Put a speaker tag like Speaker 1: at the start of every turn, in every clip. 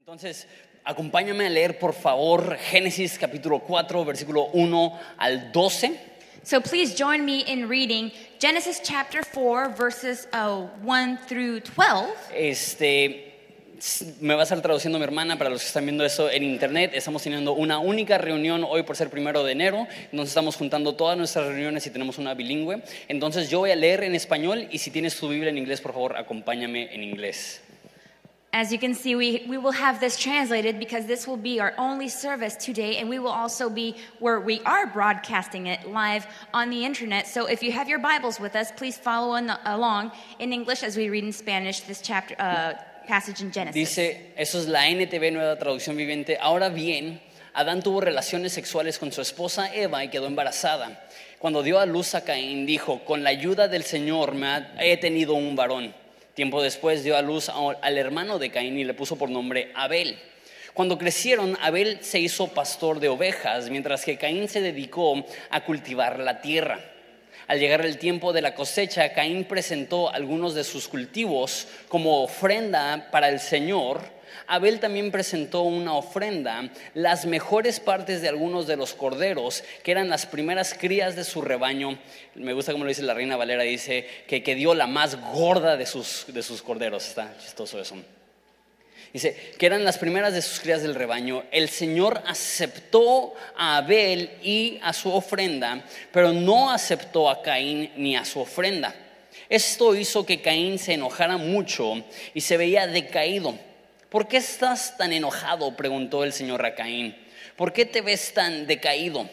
Speaker 1: Entonces, acompáñame a leer, por favor, Génesis capítulo 4, versículo 1 al 12.
Speaker 2: So please join me in reading Genesis chapter 4, verses uh, 1 through 12.
Speaker 1: Este, s- me va a estar traduciendo mi hermana para los que están viendo eso en internet. Estamos teniendo una única reunión hoy por ser primero de enero. Nos estamos juntando todas nuestras reuniones y tenemos una bilingüe. Entonces yo voy a leer en español y si tienes tu Biblia en inglés, por favor, acompáñame en inglés.
Speaker 2: As you can see, we, we will have this translated because this will be our only service today, and we will also be where we are broadcasting it live on the internet. So if you have your Bibles with us, please follow on, along in English as we read in Spanish this chapter uh, passage in Genesis.
Speaker 1: Dice, eso es la NTV, nueva traducción viviente. Ahora bien, Adán tuvo relaciones sexuales con su esposa Eva y quedó embarazada. Cuando dio a luz a Caín, dijo, con la ayuda del Señor me ha- he tenido un varón. Tiempo después dio a luz a- al hermano de Caín y le puso por nombre Abel. Cuando crecieron, Abel se hizo pastor de ovejas, mientras que Caín se dedicó a cultivar la tierra. Al llegar el tiempo de la cosecha, Caín presentó algunos de sus cultivos como ofrenda para el Señor. Abel también presentó una ofrenda, las mejores partes de algunos de los corderos, que eran las primeras crías de su rebaño. Me gusta como lo dice la reina Valera, dice que, que dio la más gorda de sus, de sus corderos. Está chistoso eso. Dice que eran las primeras de sus crías del rebaño. El Señor aceptó a Abel y a su ofrenda, pero no aceptó a Caín ni a su ofrenda. Esto hizo que Caín se enojara mucho y se veía decaído. ¿Por qué estás tan enojado? preguntó el Señor a Caín. ¿Por qué te ves tan decaído?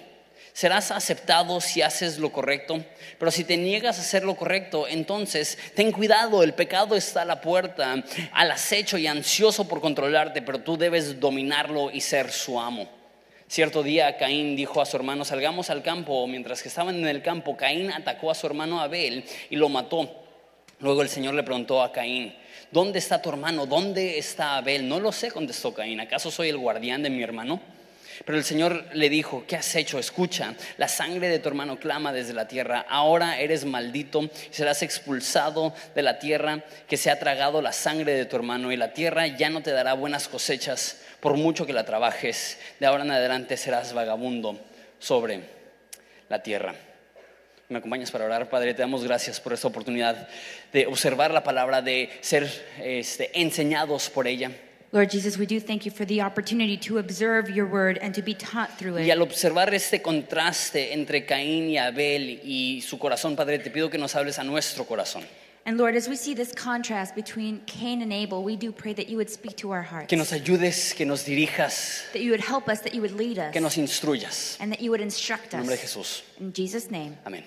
Speaker 1: Serás aceptado si haces lo correcto, pero si te niegas a hacer lo correcto, entonces ten cuidado, el pecado está a la puerta, al acecho y ansioso por controlarte, pero tú debes dominarlo y ser su amo. Cierto día Caín dijo a su hermano, salgamos al campo. Mientras que estaban en el campo, Caín atacó a su hermano Abel y lo mató. Luego el Señor le preguntó a Caín, ¿dónde está tu hermano? ¿Dónde está Abel? No lo sé, contestó Caín, ¿acaso soy el guardián de mi hermano? Pero el Señor le dijo, ¿qué has hecho? Escucha, la sangre de tu hermano clama desde la tierra, ahora eres maldito y serás expulsado de la tierra que se ha tragado la sangre de tu hermano y la tierra ya no te dará buenas cosechas por mucho que la trabajes, de ahora en adelante serás vagabundo sobre la tierra. ¿Me acompañas para orar, Padre? Te damos gracias por esta oportunidad de observar la palabra, de ser este, enseñados por ella.
Speaker 2: Lord Jesus, we do thank you for the opportunity to observe your word and to be taught through
Speaker 1: Y
Speaker 2: it.
Speaker 1: al observar este contraste entre Caín y Abel y su corazón, Padre, te pido que nos hables a nuestro corazón.
Speaker 2: And Lord, as we see this contrast between Cain and Abel, we do pray that you would speak to our hearts,
Speaker 1: Que nos ayudes, que nos dirijas,
Speaker 2: that you would help us, that you would lead us,
Speaker 1: que nos instruyas.
Speaker 2: and that you would instruct
Speaker 1: En
Speaker 2: us.
Speaker 1: nombre de Jesús.
Speaker 2: In Jesus' name.
Speaker 1: Amén.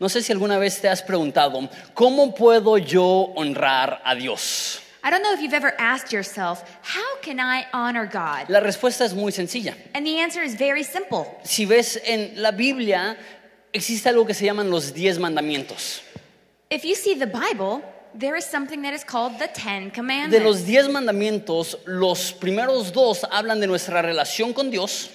Speaker 1: No sé si alguna vez te has preguntado, ¿cómo puedo yo honrar a Dios?
Speaker 2: I don't know if you've ever asked yourself, how can I honor God?
Speaker 1: La respuesta es muy sencilla.
Speaker 2: And the answer is very simple.
Speaker 1: Si ves en la Biblia, existe algo que se llaman los diez mandamientos.
Speaker 2: If you see the Bible, there is something that is called the Ten
Speaker 1: De los
Speaker 2: Commandments.
Speaker 1: diez mandamientos, los primeros dos hablan de nuestra relación con Dios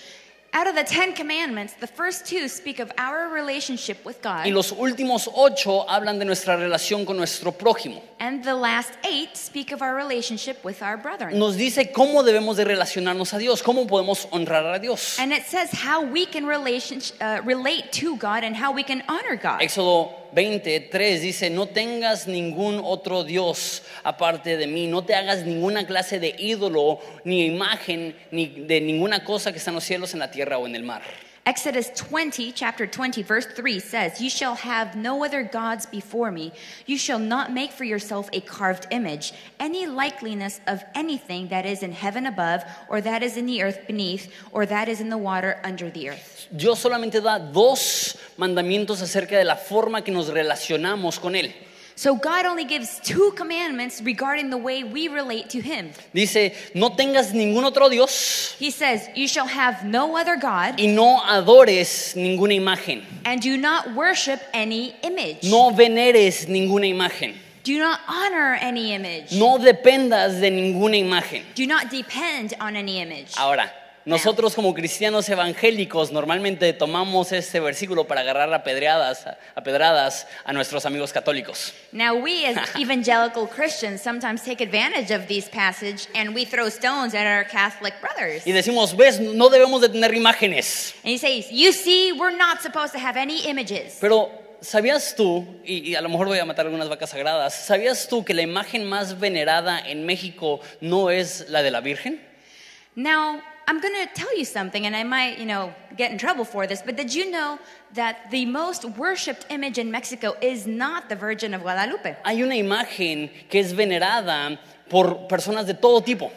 Speaker 2: Out of the Ten Commandments, the first two speak of our relationship with God,
Speaker 1: y los últimos ocho hablan de nuestra relación con nuestro prójimo.
Speaker 2: and the last eight speak of our relationship with our brethren.
Speaker 1: Nos dice cómo debemos de relacionarnos a Dios, cómo podemos honrar a Dios.
Speaker 2: And it says how we can relation, uh, relate to God and how we can honor God.
Speaker 1: Éxodo 23 dice, no tengas ningún otro Dios aparte de mí, no te hagas ninguna clase de ídolo, ni imagen, ni de ninguna cosa que está en los cielos, en la tierra o en el mar.
Speaker 2: Exodus 20, chapter 20, verse 3 says, You shall have no other gods before me. You shall not make for yourself a carved image, any likeness of anything that is in heaven above, or that is in the earth beneath, or that is in the water under the earth.
Speaker 1: Dios solamente da dos mandamientos acerca de la forma que nos relacionamos con Él.
Speaker 2: So God only gives two commandments regarding the way we relate to Him.
Speaker 1: Dice, no tengas ningún otro Dios
Speaker 2: He says, You shall have no other God,
Speaker 1: y no adores ninguna imagen,
Speaker 2: and do not worship any image.
Speaker 1: no veneres ninguna imagen,
Speaker 2: Do not honor any image.
Speaker 1: no dependas de ninguna imagen.
Speaker 2: Do not depend on any image.
Speaker 1: Ahora, Nosotros como cristianos evangélicos normalmente tomamos este versículo para agarrar a pedradas, a pedradas a nuestros amigos católicos.
Speaker 2: Now, we as evangelical Christians sometimes take advantage of these passage and we throw stones at our Catholic brothers.
Speaker 1: Y decimos, ves, no debemos de tener imágenes.
Speaker 2: And he says, You see, we're not supposed to have any images.
Speaker 1: Pero, ¿sabías tú, y, y a lo mejor voy a matar algunas vacas sagradas, ¿sabías tú que la imagen más venerada en México no es la de la Virgen?
Speaker 2: Now, I'm going to tell you something, and I might, you know, get in trouble for this, but did you know that the most worshipped image in Mexico is not the Virgin of Guadalupe?
Speaker 1: Hay una imagen que es venerada por personas de todo tipo,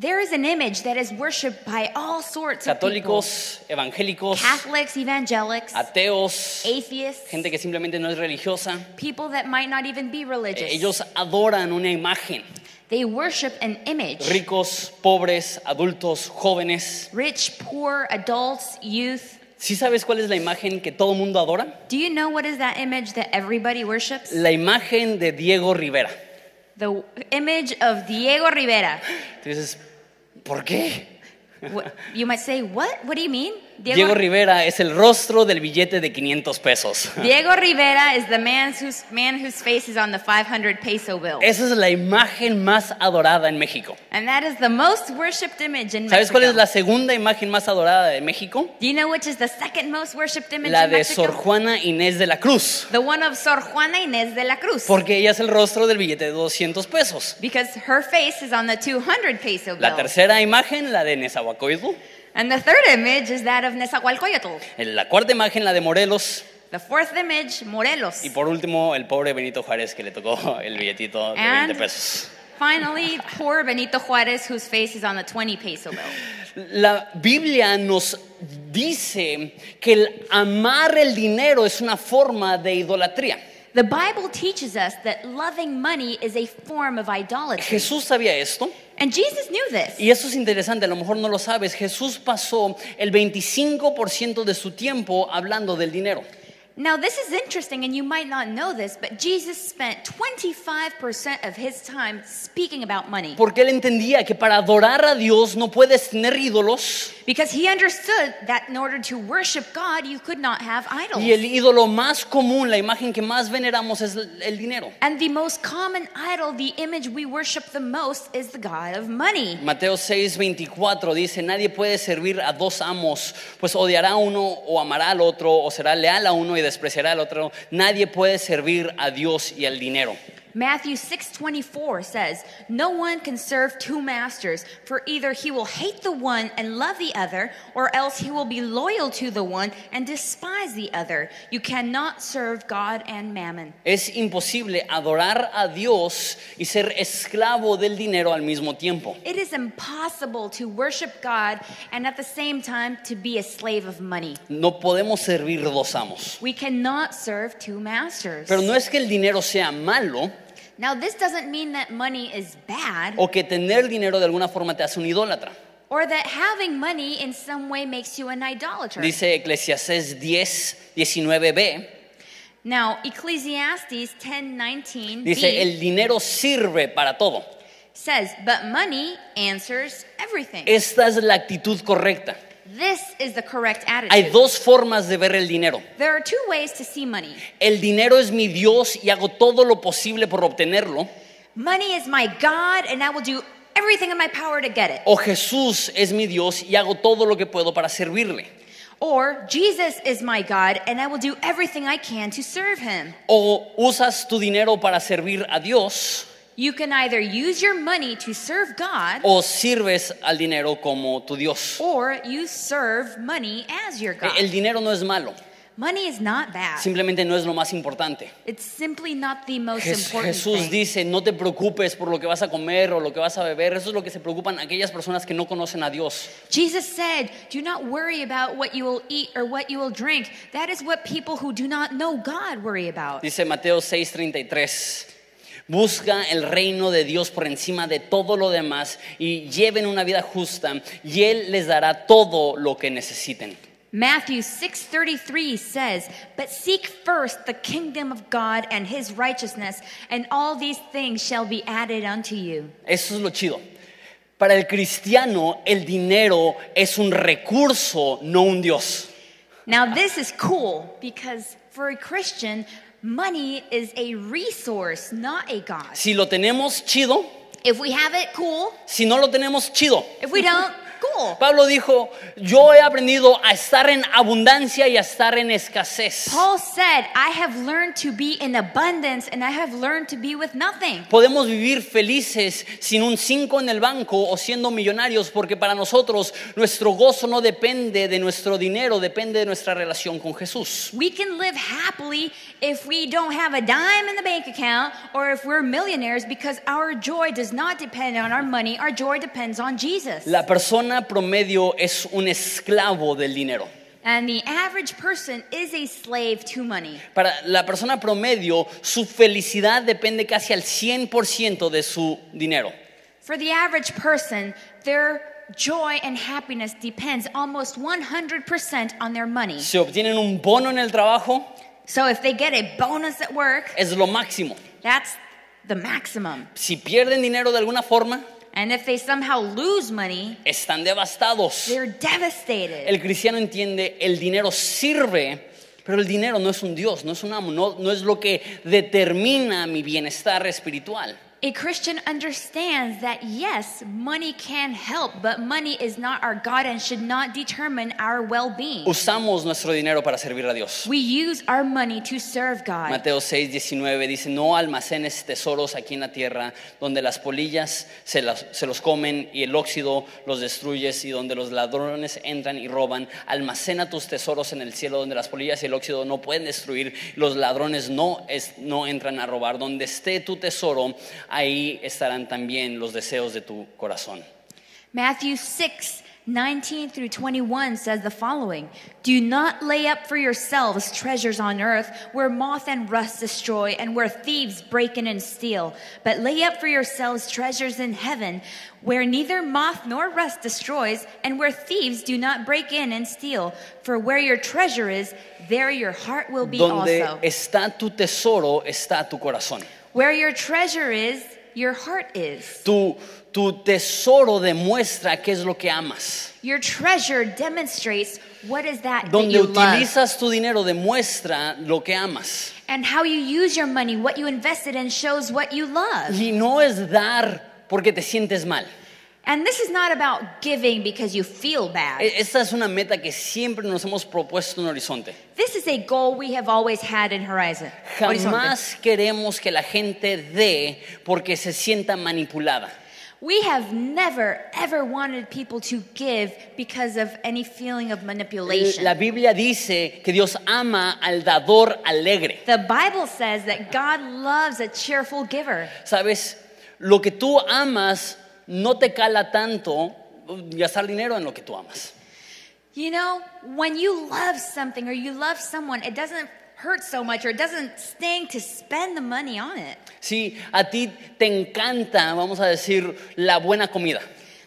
Speaker 2: There is an image that is worshipped by all sorts of people
Speaker 1: católicos, evangélicos,
Speaker 2: Catholics, evangelics,
Speaker 1: ateos,
Speaker 2: atheists,
Speaker 1: gente que simplemente no es religiosa.
Speaker 2: people that might not even be religious.
Speaker 1: Eh, Ellos adoran una imagen.
Speaker 2: They worship an image.
Speaker 1: Ricos, pobres, adultos, jóvenes.
Speaker 2: Rich, poor, adults, youth.
Speaker 1: ¿Sí sabes cuál es la imagen que todo mundo adora?
Speaker 2: Do you know what is that image that everybody worships?
Speaker 1: La imagen de Diego Rivera.
Speaker 2: The image of Diego Rivera.
Speaker 1: Tú dices, ¿por qué?
Speaker 2: What- you might say, what? What do you mean?
Speaker 1: Diego Rivera es el rostro del billete de 500 pesos.
Speaker 2: Diego Rivera is the man whose, man whose face is on the 500 peso bill.
Speaker 1: Esa es la imagen más adorada en México.
Speaker 2: and that is the most worshipped image in
Speaker 1: ¿Sabes
Speaker 2: Mexico.
Speaker 1: cuál es la segunda imagen más adorada de México?
Speaker 2: do you know which is the second most worshipped image
Speaker 1: La
Speaker 2: in
Speaker 1: de
Speaker 2: Mexico?
Speaker 1: Sor Juana Inés de la Cruz,
Speaker 2: the one of Sor Juana Inés de la Cruz.
Speaker 1: porque ella es el rostro del billete de 200 pesos.
Speaker 2: because her face is on the 200 peso
Speaker 1: La
Speaker 2: bill.
Speaker 1: tercera imagen, la de Nezahualcóyotl.
Speaker 2: and the third image is that of Nezahualcoyotl.
Speaker 1: La cuarta imagen, la de Morelos.
Speaker 2: The fourth image, Morelos.
Speaker 1: Y por último, el pobre Benito Juárez que le tocó el billetito de
Speaker 2: And-
Speaker 1: 20 pesos.
Speaker 2: Finally, poor Benito Juarez, whose face is on the 20 peso bill.
Speaker 1: La Biblia nos dice que el amar el dinero es una forma de idolatría.
Speaker 2: The Bible teaches us that loving money is a form of idolatry.
Speaker 1: Jesús sabía esto
Speaker 2: And Jesus knew this.
Speaker 1: y eso es interesante, a lo mejor no lo sabes. Jesús pasó el 25% de su tiempo hablando del dinero.
Speaker 2: Now, this is interesting, and you might not know this, but Jesus spent 25% of his time speaking about money
Speaker 1: Porque él entendía que para adorar a Dios no puedes tener ídolos
Speaker 2: because he understood that in order to worship God, you could not have
Speaker 1: y el
Speaker 2: idols.
Speaker 1: ídolo más común, la imagen que más veneramos es el el dinero.
Speaker 2: And the most common idol, the image we worship the most, is the God of money.
Speaker 1: Mateo 6, 24 dice, nadie puede servir a dos amos, pues odiará a uno o amará al otro, o será leal a uno y despreciará al otro. Nadie puede servir a Dios y al dinero.
Speaker 2: Matthew 6:24 says, "No one can serve two masters, for either he will hate the one and love the other, or else he will be loyal to the one and despise the other. You cannot serve God and mammon."
Speaker 1: Es imposible adorar a Dios y ser esclavo del dinero al mismo tiempo.
Speaker 2: It is impossible to worship God and at the same time to be a slave of money.
Speaker 1: No podemos servir dos amos.
Speaker 2: We cannot serve two masters.
Speaker 1: Pero no es que el dinero sea malo
Speaker 2: Now, this doesn't mean that money is bad
Speaker 1: o que tener dinero de alguna forma te hace un idólatra.
Speaker 2: or that having money in some way makes you an idolater.
Speaker 1: Dice Eclesiastés 10, 19b,
Speaker 2: Now, Ecclesiastes 10:19
Speaker 1: dice, el dinero sirve para todo.
Speaker 2: says, "But money answers everything."
Speaker 1: Esta es la actitud correcta.
Speaker 2: this is the correct attitude.
Speaker 1: Hay dos formas de ver el dinero.
Speaker 2: there are two ways to see money.
Speaker 1: El dinero es mi Dios y hago todo lo posible por obtenerlo.
Speaker 2: Money is my God and I will do everything in my power to get it.
Speaker 1: O Jesús es mi Dios y hago todo lo que puedo para servirle.
Speaker 2: Or Jesus is my God and I will do everything I can to serve him.
Speaker 1: O usas tu dinero para servir a Dios
Speaker 2: You can either use your money to serve God
Speaker 1: o sirves al dinero como tu Dios.
Speaker 2: or you serve money as your God.
Speaker 1: El dinero no es malo,
Speaker 2: money is not bad.
Speaker 1: simplemente no es lo más importante.
Speaker 2: it's simply not the most
Speaker 1: Jes-
Speaker 2: important
Speaker 1: Jesús
Speaker 2: thing.
Speaker 1: dice, no te preocupes por lo que vas a comer o lo que vas a beber. Eso es lo que se preocupan aquellas personas que no conocen a Dios.
Speaker 2: Jesus said, Do not worry about what you will eat or what you will drink. That is what people who do not know God worry about.
Speaker 1: Dice Mateo 6:33, busca el reino de Dios por encima de todo lo demás y lleven una vida justa y Él les dará todo lo que necesiten.
Speaker 2: Matthew 6:33 says, "But seek first the kingdom of God and his righteousness, and all these things shall be added unto you."
Speaker 1: Eso es lo chido. Para el cristiano, el dinero es un recurso, no un Dios.
Speaker 2: Now, this is cool because for a Christian, money is a resource, not a God.
Speaker 1: Si lo tenemos, chido.
Speaker 2: If we have it, cool.
Speaker 1: Si no lo tenemos, chido.
Speaker 2: If we don't, cool.
Speaker 1: Pablo dijo, yo he aprendido a estar en abundancia y a estar en escasez.
Speaker 2: Paul said, I have learned to be in abundance and I have learned to be with nothing.
Speaker 1: Podemos vivir felices sin un 5 en el banco o siendo millonarios porque para nosotros nuestro gozo no depende de nuestro dinero, depende de nuestra relación con Jesús.
Speaker 2: We can live happily if we don't have a dime in the bank account or if we're millionaires because our joy does not depend on our money. Our joy depends on Jesus.
Speaker 1: La persona promedio es un esclavo del dinero.
Speaker 2: And the average person is a slave to money.
Speaker 1: Para la persona promedio, su felicidad depende casi al 100% de su dinero.
Speaker 2: For the average person, their joy and happiness depends almost 100% on their money.
Speaker 1: Si obtienen un bono en el trabajo,
Speaker 2: So if they get a bonus at work,
Speaker 1: es lo máximo.
Speaker 2: that's the maximum.
Speaker 1: Si pierden dinero de alguna forma,
Speaker 2: And if they somehow lose money,
Speaker 1: están devastados.
Speaker 2: they're devastated.
Speaker 1: El cristiano entiende, el dinero sirve, pero el dinero no es un Dios, no es un amo, no, no es lo que determina mi bienestar espiritual.
Speaker 2: A Christian understands that yes, money can help, but money is not our God and should not determine our well being.
Speaker 1: Usamos nuestro dinero para servir a Dios.
Speaker 2: We use our money to serve God.
Speaker 1: Mateo 6, 19 dice, no almacenes tesoros aquí en la tierra, donde las polillas se, las- se los comen y el óxido los destruyes y donde los ladrones entran y roban. Almacena tus tesoros en el cielo, donde las polillas y el óxido no pueden destruir, los ladrones no, es- no entran a robar. Donde esté tu tesoro, ahí estarán también los deseos de tu corazón.
Speaker 2: Matthew 6, 19 through 21 says the following Do not lay up for yourselves treasures on earth where moth and rust destroy and where thieves break in and steal, but lay up for yourselves treasures in heaven where neither moth nor rust destroys and where thieves do not break in and steal. For where your treasure is, there your heart will be
Speaker 1: Donde
Speaker 2: also.
Speaker 1: está tu tesoro, está tu corazón.
Speaker 2: Where your treasure is, your heart is.
Speaker 1: Tu, tu tesoro demuestra qué es lo que amas.
Speaker 2: Your treasure demonstrates what is that that
Speaker 1: Donde
Speaker 2: you love.
Speaker 1: utilizas tu dinero demuestra lo que amas.
Speaker 2: And how you use your money, what you invest it in, shows what you love.
Speaker 1: Y no es dar porque te sientes mal.
Speaker 2: And this is not about giving because you feel bad.
Speaker 1: E- Esta es una meta que siempre nos hemos propuesto en Horizonte.
Speaker 2: This is a goal we have always had in Horizon. Horizonte.
Speaker 1: Jamás queremos que la gente dé porque se sienta manipulada.
Speaker 2: We have never, ever wanted people to give because of any feeling of manipulation.
Speaker 1: La Biblia dice que Dios ama al dador alegre.
Speaker 2: The Bible says that God loves a cheerful giver.
Speaker 1: ¿Sabes? Lo que tú amas no te cala tanto gastar dinero en lo que tú amas.
Speaker 2: You know, when you love something or you love someone, it doesn't hurt so much or it doesn't sting to spend the money on it.
Speaker 1: Si a ti te encanta, vamos a decir, la buena comida.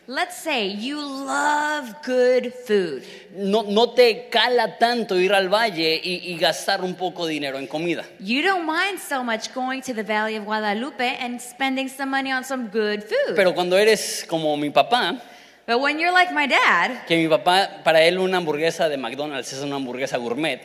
Speaker 2: Let's say you love good food.
Speaker 1: no, no te cala tanto ir al valle y, y gastar un poco de dinero en comida.
Speaker 2: You don't mind so much going to the Valley of Guadalupe and spending some money on some good food.
Speaker 1: Pero cuando eres como mi papá,
Speaker 2: but when you're like my dad,
Speaker 1: que mi papá, para él una hamburguesa de McDonald's es una hamburguesa gourmet,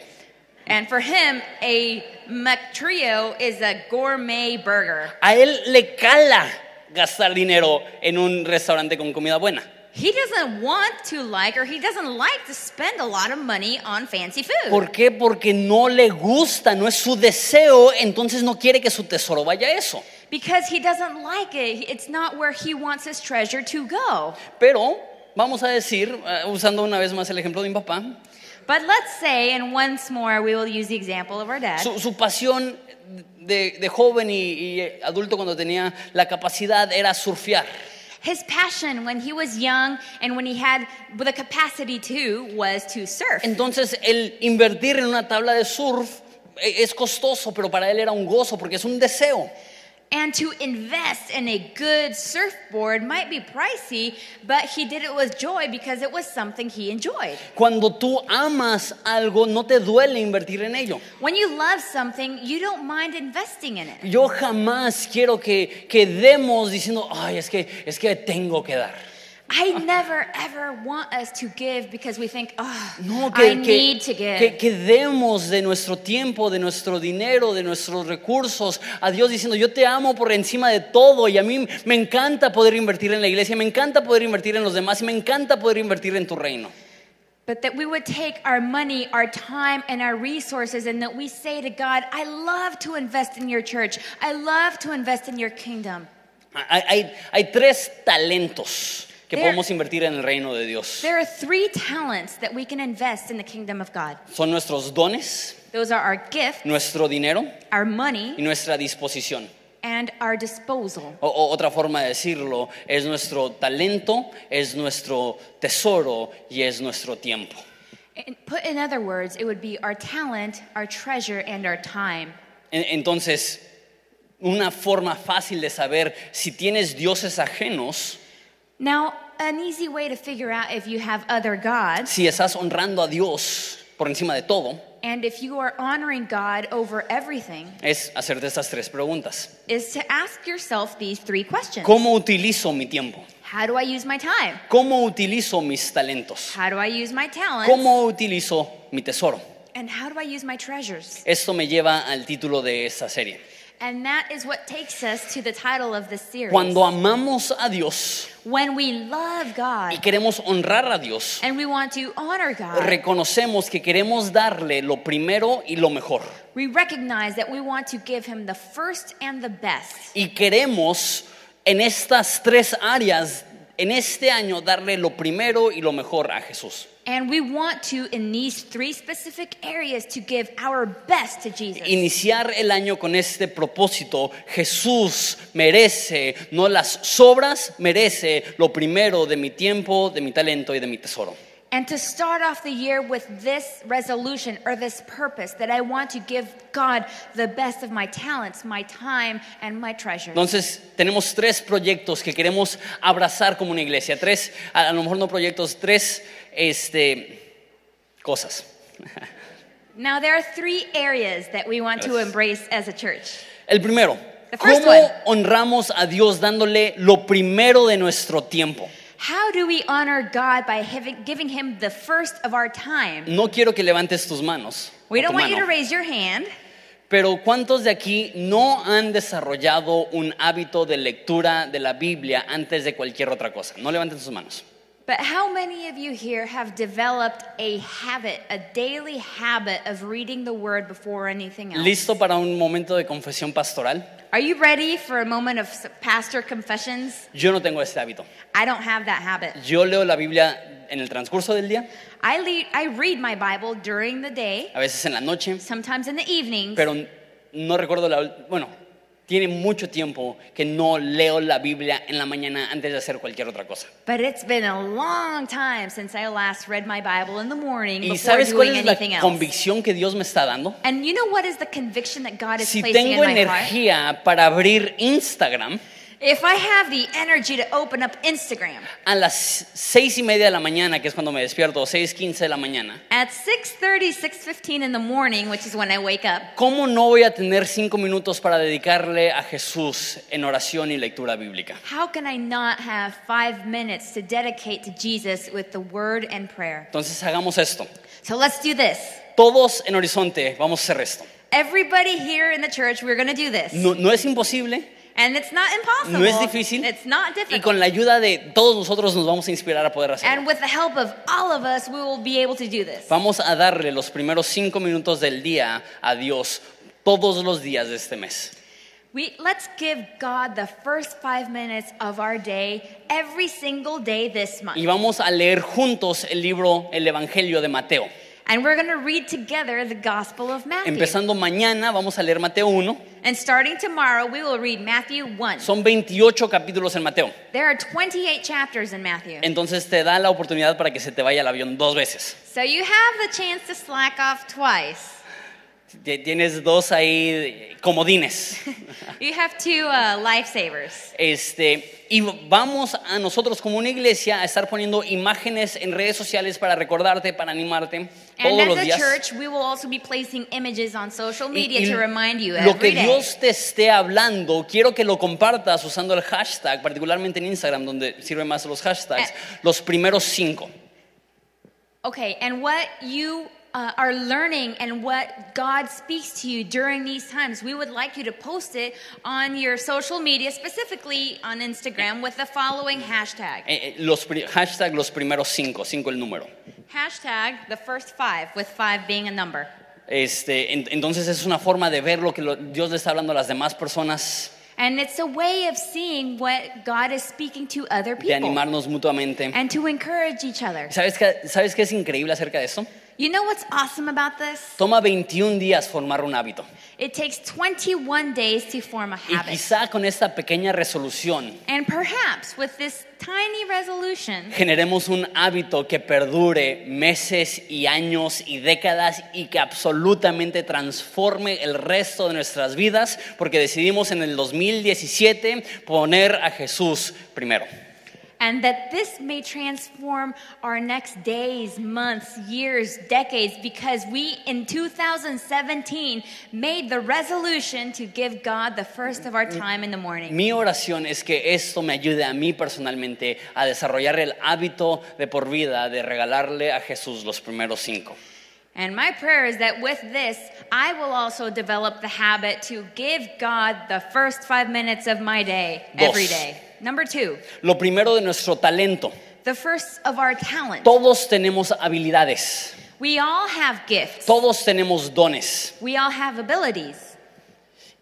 Speaker 2: and for him, a McTrio is a gourmet burger.
Speaker 1: a él le cala gastar dinero en un restaurante con comida buena.
Speaker 2: He doesn't want to like or he doesn't like to spend a lot of money on fancy food.
Speaker 1: ¿Por qué? Porque no le gusta, no es su deseo, entonces no quiere que su tesoro vaya a eso.
Speaker 2: because he doesn't like it. It's not where he wants his treasure to go.
Speaker 1: Pero vamos a decir, eh, usando una vez más el ejemplo de mi papá,
Speaker 2: But let's say, and once more, we will use the example of our dad.
Speaker 1: Su, su pasión de, de joven y, y adulto cuando tenía la capacidad era surfear.
Speaker 2: His passion when he was young and when he had the capacity to was to surf.
Speaker 1: Entonces el invertir en una tabla de surf e- es costoso, pero para él era un gozo porque es un deseo.
Speaker 2: And to invest in a good surfboard might be pricey, but he did it with joy because it was something he enjoyed.
Speaker 1: Cuando tú amas algo, no te duele invertir en ello.
Speaker 2: When you love something, you don't mind investing in it.
Speaker 1: Yo jamás quiero que, que demos diciendo, ay, es que, es que tengo que dar.
Speaker 2: I never ever want us to give because we think, oh,
Speaker 1: No,
Speaker 2: I
Speaker 1: que, que,
Speaker 2: need to give.
Speaker 1: que- que demos de nuestro tiempo, de nuestro dinero, de nuestros recursos a Dios diciendo, yo te amo por encima de todo y a mí me encanta poder invertir en la iglesia, me encanta poder invertir en los demás y me encanta poder invertir en tu reino.
Speaker 2: But that we would take our money, our time, and our resources, and that we say to God, I love to invest in your church. I love to invest in your kingdom.
Speaker 1: Hay, hay- hay tres talentos que
Speaker 2: There-
Speaker 1: podemos invertir en el reino de Dios.
Speaker 2: There are three talents that we can invest in the kingdom of God
Speaker 1: Son nuestros dones,
Speaker 2: those are our gift,
Speaker 1: nuestro dinero
Speaker 2: our
Speaker 1: y
Speaker 2: money,
Speaker 1: nuestra disposición.
Speaker 2: and our disposal.
Speaker 1: O- o- otra forma de decirlo es nuestro talento, es nuestro tesoro y es nuestro tiempo.
Speaker 2: And put in other words, it would be our talent, our treasure, and our time.
Speaker 1: En- Entonces, una forma fácil de saber si tienes dioses ajenos,
Speaker 2: Now, an easy way to figure out if you have other gods
Speaker 1: si estás honrando a Dios por encima de todo,
Speaker 2: and if you are honoring God over everything
Speaker 1: es hacerte estas tres preguntas.
Speaker 2: is to ask yourself these three questions.
Speaker 1: ¿Cómo utilizo mi tiempo?
Speaker 2: How do I use my time?
Speaker 1: ¿Cómo utilizo mis talentos?
Speaker 2: How do I use my talents?
Speaker 1: ¿Cómo utilizo mi tesoro?
Speaker 2: And how do I use my treasures?
Speaker 1: Esto me lleva al título de esta serie.
Speaker 2: And that is what takes us to the title of this series.
Speaker 1: Cuando amamos a Dios
Speaker 2: when we love
Speaker 1: y
Speaker 2: God
Speaker 1: queremos honrar a Dios,
Speaker 2: and we want to honor God,
Speaker 1: reconocemos que queremos darle lo primero y lo mejor.
Speaker 2: we recognize that we want to give Him the first and the best.
Speaker 1: Y queremos en estas tres áreas, en este año, darle lo primero y lo mejor a Jesús.
Speaker 2: And we want to, in these three specific areas, to give our best to Jesus.
Speaker 1: Iniciar el año con este propósito, Jesús merece, no las sobras, merece lo primero de mi tiempo, de mi talento y de mi tesoro.
Speaker 2: and to start off the year with this resolution or this purpose that I want to give God the best of my talents, my time, and my treasures.
Speaker 1: Entonces, tenemos tres proyectos que queremos abrazar como una iglesia. Tres, a a lo mejor no proyectos, tres este, cosas.
Speaker 2: Now, there are three areas that we want to
Speaker 1: Yes.
Speaker 2: embrace as a church.
Speaker 1: El primero,
Speaker 2: The first
Speaker 1: ¿cómo
Speaker 2: one.
Speaker 1: honramos a Dios dándole lo primero de nuestro tiempo?
Speaker 2: How do we honor God by having, giving Him the first of our time?
Speaker 1: No quiero que levantes tus manos.
Speaker 2: We
Speaker 1: o
Speaker 2: don't
Speaker 1: tu
Speaker 2: want you
Speaker 1: mano,
Speaker 2: to raise your hand,
Speaker 1: Pero ¿cuántos de aquí no han desarrollado un hábito de lectura de la Biblia antes de cualquier otra cosa? No levanten sus manos.
Speaker 2: but how many of you here have developed a habit, a daily habit of reading the Word before anything else?
Speaker 1: ¿Listo para un momento de confesión pastoral?
Speaker 2: Are you ready for a moment of s- pastor confessions?
Speaker 1: Yo no tengo este hábito.
Speaker 2: I don't have that habit.
Speaker 1: Yo leo la Biblia en el transcurso del día,
Speaker 2: I, le- I read my Bible during the day,
Speaker 1: a veces en la noche,
Speaker 2: sometimes in the evenings.
Speaker 1: pero no recuerdo la... ul- Bueno, tiene mucho tiempo que no leo la Biblia en la mañana antes de hacer cualquier otra cosa.
Speaker 2: But it's been a long time since I last read my Bible in the morning
Speaker 1: ¿Y
Speaker 2: before
Speaker 1: sabes cuál
Speaker 2: doing
Speaker 1: es la
Speaker 2: anything else.
Speaker 1: convicción que Dios me está dando?
Speaker 2: And you know what is the conviction that God is
Speaker 1: Si
Speaker 2: placing
Speaker 1: tengo
Speaker 2: in my heart?
Speaker 1: energía para abrir Instagram
Speaker 2: If I have the energy to open up Instagram
Speaker 1: a las seis y media de la mañana, que es cuando me despierto, o seis quince de la mañana,
Speaker 2: at 6:30, 6:15 in the morning, which is when I wake up,
Speaker 1: ¿cómo no voy a tener cinco minutos para dedicarle a Jesús en oración y lectura bíblica?
Speaker 2: how can I not have 5 minutes to dedicate to Jesus with the word and prayer?
Speaker 1: Entonces hagamos esto.
Speaker 2: So let's do this.
Speaker 1: Todos en Horizonte vamos a hacer esto.
Speaker 2: Everybody here in the church, we're going to do this.
Speaker 1: No, no es imposible
Speaker 2: And it's not impossible.
Speaker 1: No es difícil.
Speaker 2: It's not
Speaker 1: y
Speaker 2: difficult.
Speaker 1: con la ayuda de todos nosotros nos vamos a inspirar a poder hacerlo.
Speaker 2: And with the help of all of us, we will be able to do this.
Speaker 1: Vamos a darle los primeros cinco minutos del día a Dios todos los días de este mes.
Speaker 2: We let's give God the first 5 minutes of our day every single day this
Speaker 1: Y
Speaker 2: month.
Speaker 1: vamos a leer juntos el libro, el Evangelio de Mateo.
Speaker 2: And we're going to read together the Gospel of Matthew.
Speaker 1: Empezando mañana vamos a leer Mateo 1.
Speaker 2: And starting tomorrow, we will read Matthew 1.
Speaker 1: Son 28 capítulos en Mateo.
Speaker 2: there are 28 chapters in Matthew.
Speaker 1: Entonces te da la oportunidad para que se te vaya el avión dos veces.
Speaker 2: so you have the chance to slack off twice.
Speaker 1: Te- Tienes dos ahí eh, comodines.
Speaker 2: You have two uh, lifesavers.
Speaker 1: Este, y vamos a nosotros como una iglesia a estar poniendo imágenes en redes sociales para recordarte, para animarte
Speaker 2: And
Speaker 1: todos
Speaker 2: as
Speaker 1: los
Speaker 2: a
Speaker 1: días.
Speaker 2: church, we will also be placing images on social
Speaker 1: Y-
Speaker 2: media
Speaker 1: y
Speaker 2: to remind you
Speaker 1: lo que
Speaker 2: every day.
Speaker 1: Dios te esté hablando, quiero que lo compartas usando el hashtag, particularmente en Instagram, donde sirven más los hashtags,
Speaker 2: Eh.
Speaker 1: los primeros cinco.
Speaker 2: Okay, and what you uh, are learning and what God speaks to you during these times, we would like you to post it on your social media, specifically on Instagram, with the following hashtag.
Speaker 1: Eh, eh, los pri- hashtag los primeros cinco, cinco el número.
Speaker 2: Hashtag the first five, with five being a number.
Speaker 1: Este, en- entonces es una forma de ver lo que lo- Dios le está hablando a las demás personas,
Speaker 2: And it's a way of seeing what God is speaking to other
Speaker 1: de
Speaker 2: people
Speaker 1: animarnos mutuamente.
Speaker 2: and to encourage each other.
Speaker 1: ¿Sabes qué, ¿Sabes qué es increíble acerca de esto?
Speaker 2: You know what's awesome about this?
Speaker 1: Toma 21 días formar un hábito.
Speaker 2: It takes 21 days to form a
Speaker 1: Y
Speaker 2: habit.
Speaker 1: quizá con esta pequeña resolución
Speaker 2: And perhaps with this tiny resolution,
Speaker 1: generemos un hábito que perdure meses y años y décadas y que absolutamente transforme el resto de nuestras vidas porque decidimos en el 2017 poner a Jesús primero.
Speaker 2: And that this may transform our next days, months, years, decades, because we in 2017 made the resolution to give God the first of our time in the morning.
Speaker 1: Mi oración es que esto me ayude a mí personalmente a desarrollar el hábito de por vida de regalarle a Jesús los primeros cinco.
Speaker 2: And my prayer is that with this, I will also develop the habit to give God the first five minutes of my day, every
Speaker 1: Dos.
Speaker 2: day. Number two,
Speaker 1: Lo primero de nuestro talento.
Speaker 2: the first of our talent.
Speaker 1: Todos tenemos habilidades,
Speaker 2: We all have gifts,
Speaker 1: todos tenemos dones.
Speaker 2: we all have abilities.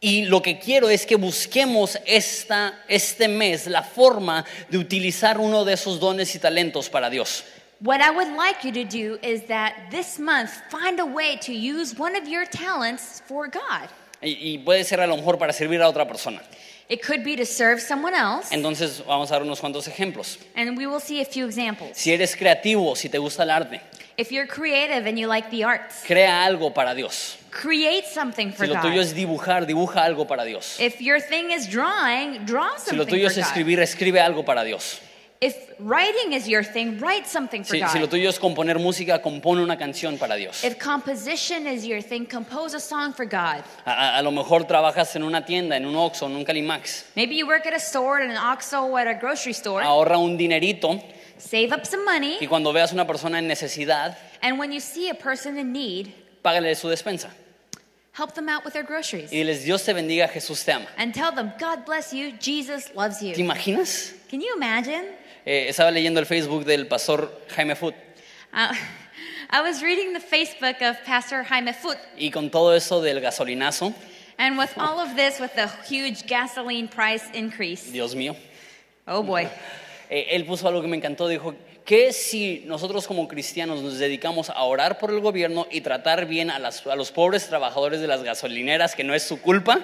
Speaker 1: Y lo que quiero es que busquemos esta, este mes la forma de utilizar uno de esos dones y talentos para Dios.
Speaker 2: What I would like you to do is that this month find a way to use one of your talents for God.
Speaker 1: Y, y puede ser a lo mejor para servir a otra persona.
Speaker 2: It could be to serve someone else,
Speaker 1: Entonces vamos a dar unos cuantos ejemplos.
Speaker 2: and we will see a few examples.
Speaker 1: Si eres creativo, si te gusta el arte,
Speaker 2: If you're creative and you like the arts,
Speaker 1: crea algo para Dios.
Speaker 2: create something for
Speaker 1: Si lo tuyo
Speaker 2: God.
Speaker 1: es dibujar, dibuja algo para Dios.
Speaker 2: If your thing is drawing, draw
Speaker 1: Si lo
Speaker 2: something
Speaker 1: tuyo es
Speaker 2: for God.
Speaker 1: escribir, escribe algo para Dios.
Speaker 2: If writing is your thing, write something for
Speaker 1: Si, si lo
Speaker 2: God.
Speaker 1: tuyo es componer música, compone una canción para Dios.
Speaker 2: If composition is your thing, compose a song for God.
Speaker 1: A, a- a lo mejor trabajas en una tienda, en un Oxxo, en un Calimax.
Speaker 2: Maybe you work at a store, at an OXO, at a grocery store.
Speaker 1: Ahorra un dinerito
Speaker 2: Save up some
Speaker 1: y
Speaker 2: money,
Speaker 1: cuando veas una persona en necesidad,
Speaker 2: and when you see a person in need,
Speaker 1: págale su despensa.
Speaker 2: Help them out with their groceries.
Speaker 1: Y diles, Dios te bendiga, Jesús te ama.
Speaker 2: And tell them, God bless you, Jesus loves
Speaker 1: ¿Te
Speaker 2: you.
Speaker 1: imaginas?
Speaker 2: Can you imagine?
Speaker 1: Eh, estaba leyendo el Facebook del pastor Jaime Foot
Speaker 2: Uh, I was reading the Facebook of Pastor Jaime Foot,
Speaker 1: y con todo eso del gasolinazo,
Speaker 2: and with all of this, with the huge gasoline price increase,
Speaker 1: Dios mío,
Speaker 2: oh boy.
Speaker 1: eh, él puso algo que me encantó, dijo, ¿qué si nosotros como cristianos nos dedicamos a orar por el gobierno y tratar bien a, las- a los pobres trabajadores de las gasolineras, que no es su culpa,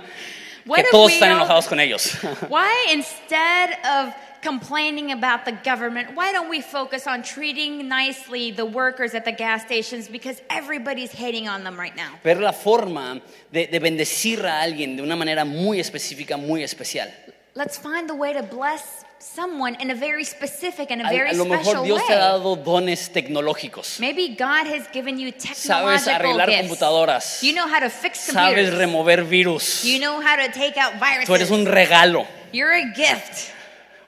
Speaker 2: What
Speaker 1: que
Speaker 2: if
Speaker 1: todos
Speaker 2: we
Speaker 1: están
Speaker 2: all-
Speaker 1: enojados con ellos?
Speaker 2: Why, instead of complaining about the government, why don't we focus on treating nicely the workers at the gas stations because everybody's hating on them right now?
Speaker 1: ver la forma de, de bendecir a alguien de una manera muy específica, muy especial.
Speaker 2: Let's find the way to bless someone in a very specific and a
Speaker 1: A,
Speaker 2: very
Speaker 1: a lo
Speaker 2: special
Speaker 1: mejor Dios
Speaker 2: way.
Speaker 1: te ha dado dones tecnológicos.
Speaker 2: Maybe God has given you
Speaker 1: Sabes
Speaker 2: technological
Speaker 1: arreglar
Speaker 2: gifts.
Speaker 1: computadoras.
Speaker 2: You know how to fix
Speaker 1: Sabes
Speaker 2: computers.
Speaker 1: remover virus.
Speaker 2: You know how to take out viruses.
Speaker 1: Tú eres un regalo.
Speaker 2: You're a gift.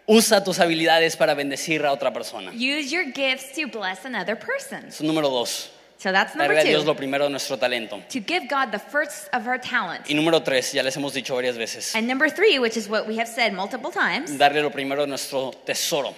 Speaker 1: Usa tus habilidades para bendecir a otra persona.
Speaker 2: Use your gifts to bless another person.
Speaker 1: Eso es número dos.
Speaker 2: So that's
Speaker 1: Darle
Speaker 2: number
Speaker 1: a Dios
Speaker 2: two.
Speaker 1: lo primero de nuestro talento.
Speaker 2: To give God the first of our talents.
Speaker 1: Y número tres, ya les hemos dicho varias veces,
Speaker 2: And number three, which is what we have said multiple times,
Speaker 1: darle lo primero de nuestro tesoro.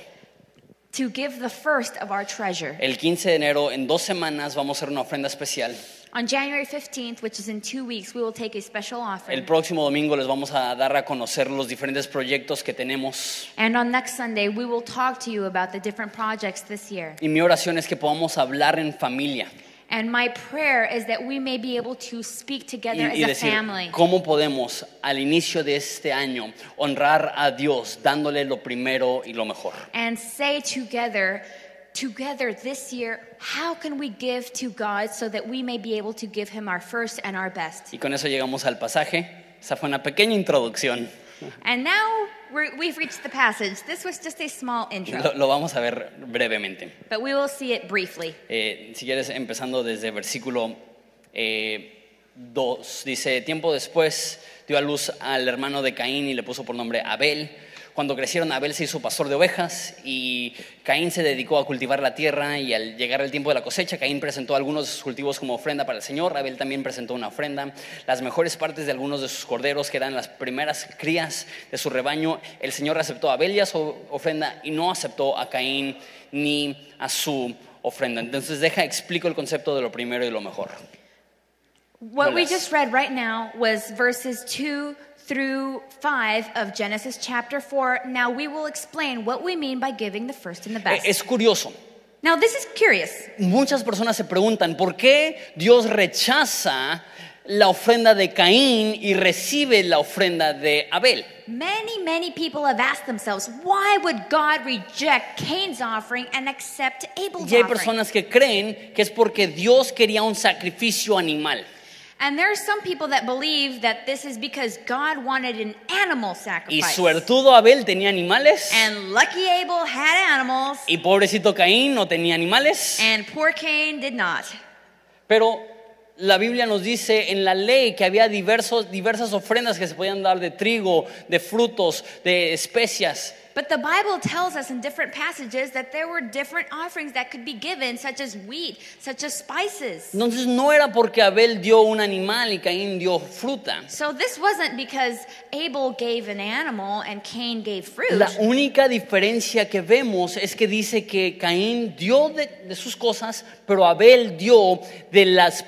Speaker 2: to give the first of our treasure.
Speaker 1: El 15 de enero, en dos semanas, vamos a hacer una ofrenda especial.
Speaker 2: On January 15th, which is in two weeks, we will take a special
Speaker 1: El
Speaker 2: offering.
Speaker 1: próximo domingo les vamos a dar a conocer los diferentes proyectos que tenemos.
Speaker 2: And on next Sunday, we will talk to you about the different projects this year.
Speaker 1: Y mi oración es que podamos hablar en familia
Speaker 2: And my prayer is that we may be able to speak
Speaker 1: y,
Speaker 2: together as
Speaker 1: y
Speaker 2: a
Speaker 1: decir
Speaker 2: family.
Speaker 1: cómo podemos al inicio de este año honrar a Dios dándole lo primero y lo mejor.
Speaker 2: and say together, together this year how can we give to God so that we may be able to give Him our first and our best.
Speaker 1: Y con eso llegamos al pasaje. Esa fue una pequeña introducción.
Speaker 2: And now we're, we've reached the passage. This was just a small intro,
Speaker 1: Lo, lo vamos a ver brevemente.
Speaker 2: but we will see it briefly.
Speaker 1: Eh, si quieres, empezando desde versículo 2, dice, tiempo después dio a luz al hermano de Caín y le puso por nombre Abel. Cuando crecieron, Abel se hizo pastor de ovejas y Caín se dedicó a cultivar la tierra y al llegar el tiempo de la cosecha, Caín presentó algunos de sus cultivos como ofrenda para el Señor, Abel también presentó una ofrenda, las mejores partes de algunos de sus corderos, que eran las primeras crías de su rebaño, el Señor aceptó a Abel y a su ofrenda y no aceptó a Caín ni a su ofrenda. Entonces deja, explico el concepto de lo primero y lo mejor.
Speaker 2: What we
Speaker 1: Verás.
Speaker 2: just read right now was verses 2 through 5 of Genesis chapter 4. Now we will explain what we mean by giving the first and the
Speaker 1: Eh,
Speaker 2: best.
Speaker 1: Es curioso,
Speaker 2: now, this is curious.
Speaker 1: muchas personas se preguntan por qué Dios rechaza la ofrenda de Caín y recibe la ofrenda de Abel.
Speaker 2: Many, many people have asked themselves, why would God reject Cain's offering and accept Abel's
Speaker 1: Y hay
Speaker 2: offering?
Speaker 1: personas que creen que es porque Dios quería un sacrificio animal.
Speaker 2: and there are some people that believe that this is because God wanted an animal
Speaker 1: Y
Speaker 2: sacrifice.
Speaker 1: suertudo Abel tenía animales
Speaker 2: and lucky Abel had animals,
Speaker 1: y pobrecito Caín no tenía animales.
Speaker 2: and poor Cain did not.
Speaker 1: Pero la Biblia nos dice en la ley que había diversos, diversas ofrendas que se podían dar de trigo, de frutos, de especias.
Speaker 2: But the Bible tells us in different passages that there were different offerings that could be given, such as wheat, such as spices.
Speaker 1: Entonces no era porque Abel dio un animal y Caín dio fruta.
Speaker 2: So this wasn't because Abel gave an animal and Cain gave fruit.
Speaker 1: La única diferencia que vemos es que dice que Caín dio de, de sus cosas, pero Abel dio de las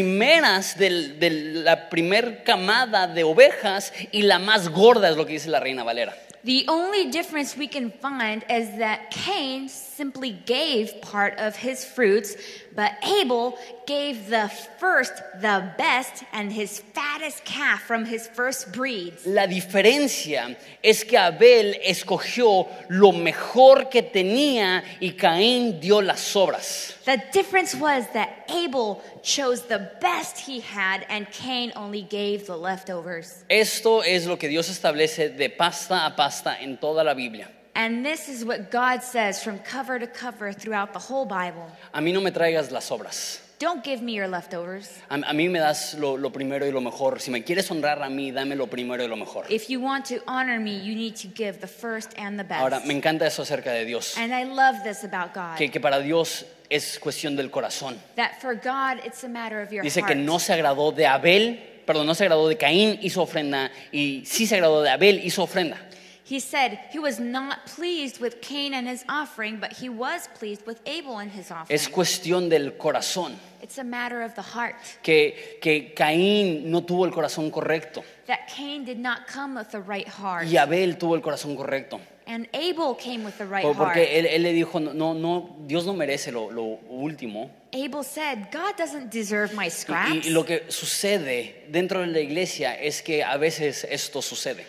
Speaker 1: primeras, del- de la primer camada de ovejas y la más gorda es lo que dice la reina Valera.
Speaker 2: The only difference we can find is that Cain simply gave part of his fruits, but Abel gave the first, the best, and his fattest calf from his first breeds.
Speaker 1: La diferencia es que Abel escogió lo mejor que tenía y Caín dio las obras.
Speaker 2: The difference was that Abel chose the best he had and Cain only gave the leftovers.
Speaker 1: Esto es lo que Dios establece de pasta a pasta en toda la Biblia.
Speaker 2: And this is what God says from cover to cover throughout the whole Bible.
Speaker 1: A mí no me traigas las obras.
Speaker 2: Don't give me your leftovers.
Speaker 1: A, a mí me das lo, lo primero y lo mejor. Si me quieres honrar a mí, dame lo primero y lo mejor.
Speaker 2: If you want to honor me, you need to give the first and the best.
Speaker 1: Ahora, me encanta eso acerca de Dios.
Speaker 2: And I love this about God.
Speaker 1: Que, que para Dios es cuestión del corazón.
Speaker 2: That for God, it's a matter of your
Speaker 1: Dice
Speaker 2: heart.
Speaker 1: que no se agradó de Abel, perdón, no se agradó de Caín y su ofrenda, y sí se agradó de Abel y su ofrenda.
Speaker 2: He said he was not pleased with Cain and his offering, but he was pleased with Abel and his offering.
Speaker 1: Es cuestión del corazón,
Speaker 2: It's a matter of the heart.
Speaker 1: que, que Caín no tuvo el corazón correcto
Speaker 2: that Cain did not come with the right heart,
Speaker 1: y Abel tuvo el corazón correcto.
Speaker 2: and Abel came with the right
Speaker 1: Por-
Speaker 2: heart.
Speaker 1: Porque él, él le dijo, no, no, no, Dios no merece lo, lo último.
Speaker 2: Abel said, "God doesn't deserve my
Speaker 1: Y-
Speaker 2: scraps."
Speaker 1: Y, y lo que sucede dentro de la iglesia es que a veces esto sucede,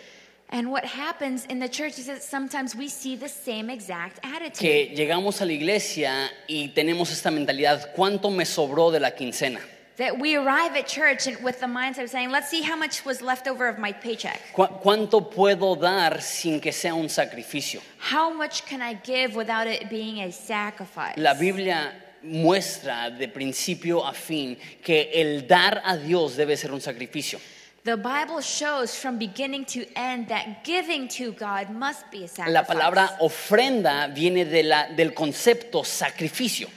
Speaker 2: and what happens in the church is that sometimes we see the same exact attitude.
Speaker 1: que llegamos a la iglesia y tenemos esta mentalidad, ¿cuánto me sobró de la quincena?
Speaker 2: That we arrive at church and with the mindset of saying, "Let's see how much was left over of my paycheck.
Speaker 1: ¿Cu- ¿Cuánto puedo dar sin que sea un sacrificio?
Speaker 2: How much can I give without it being a sacrifice?"
Speaker 1: La Biblia muestra de principio a fin que el dar a Dios debe ser un sacrificio.
Speaker 2: the Bible shows from beginning to end that giving to God must be a sacrifice.
Speaker 1: La palabra ofrenda viene de la- del concepto sacrificio.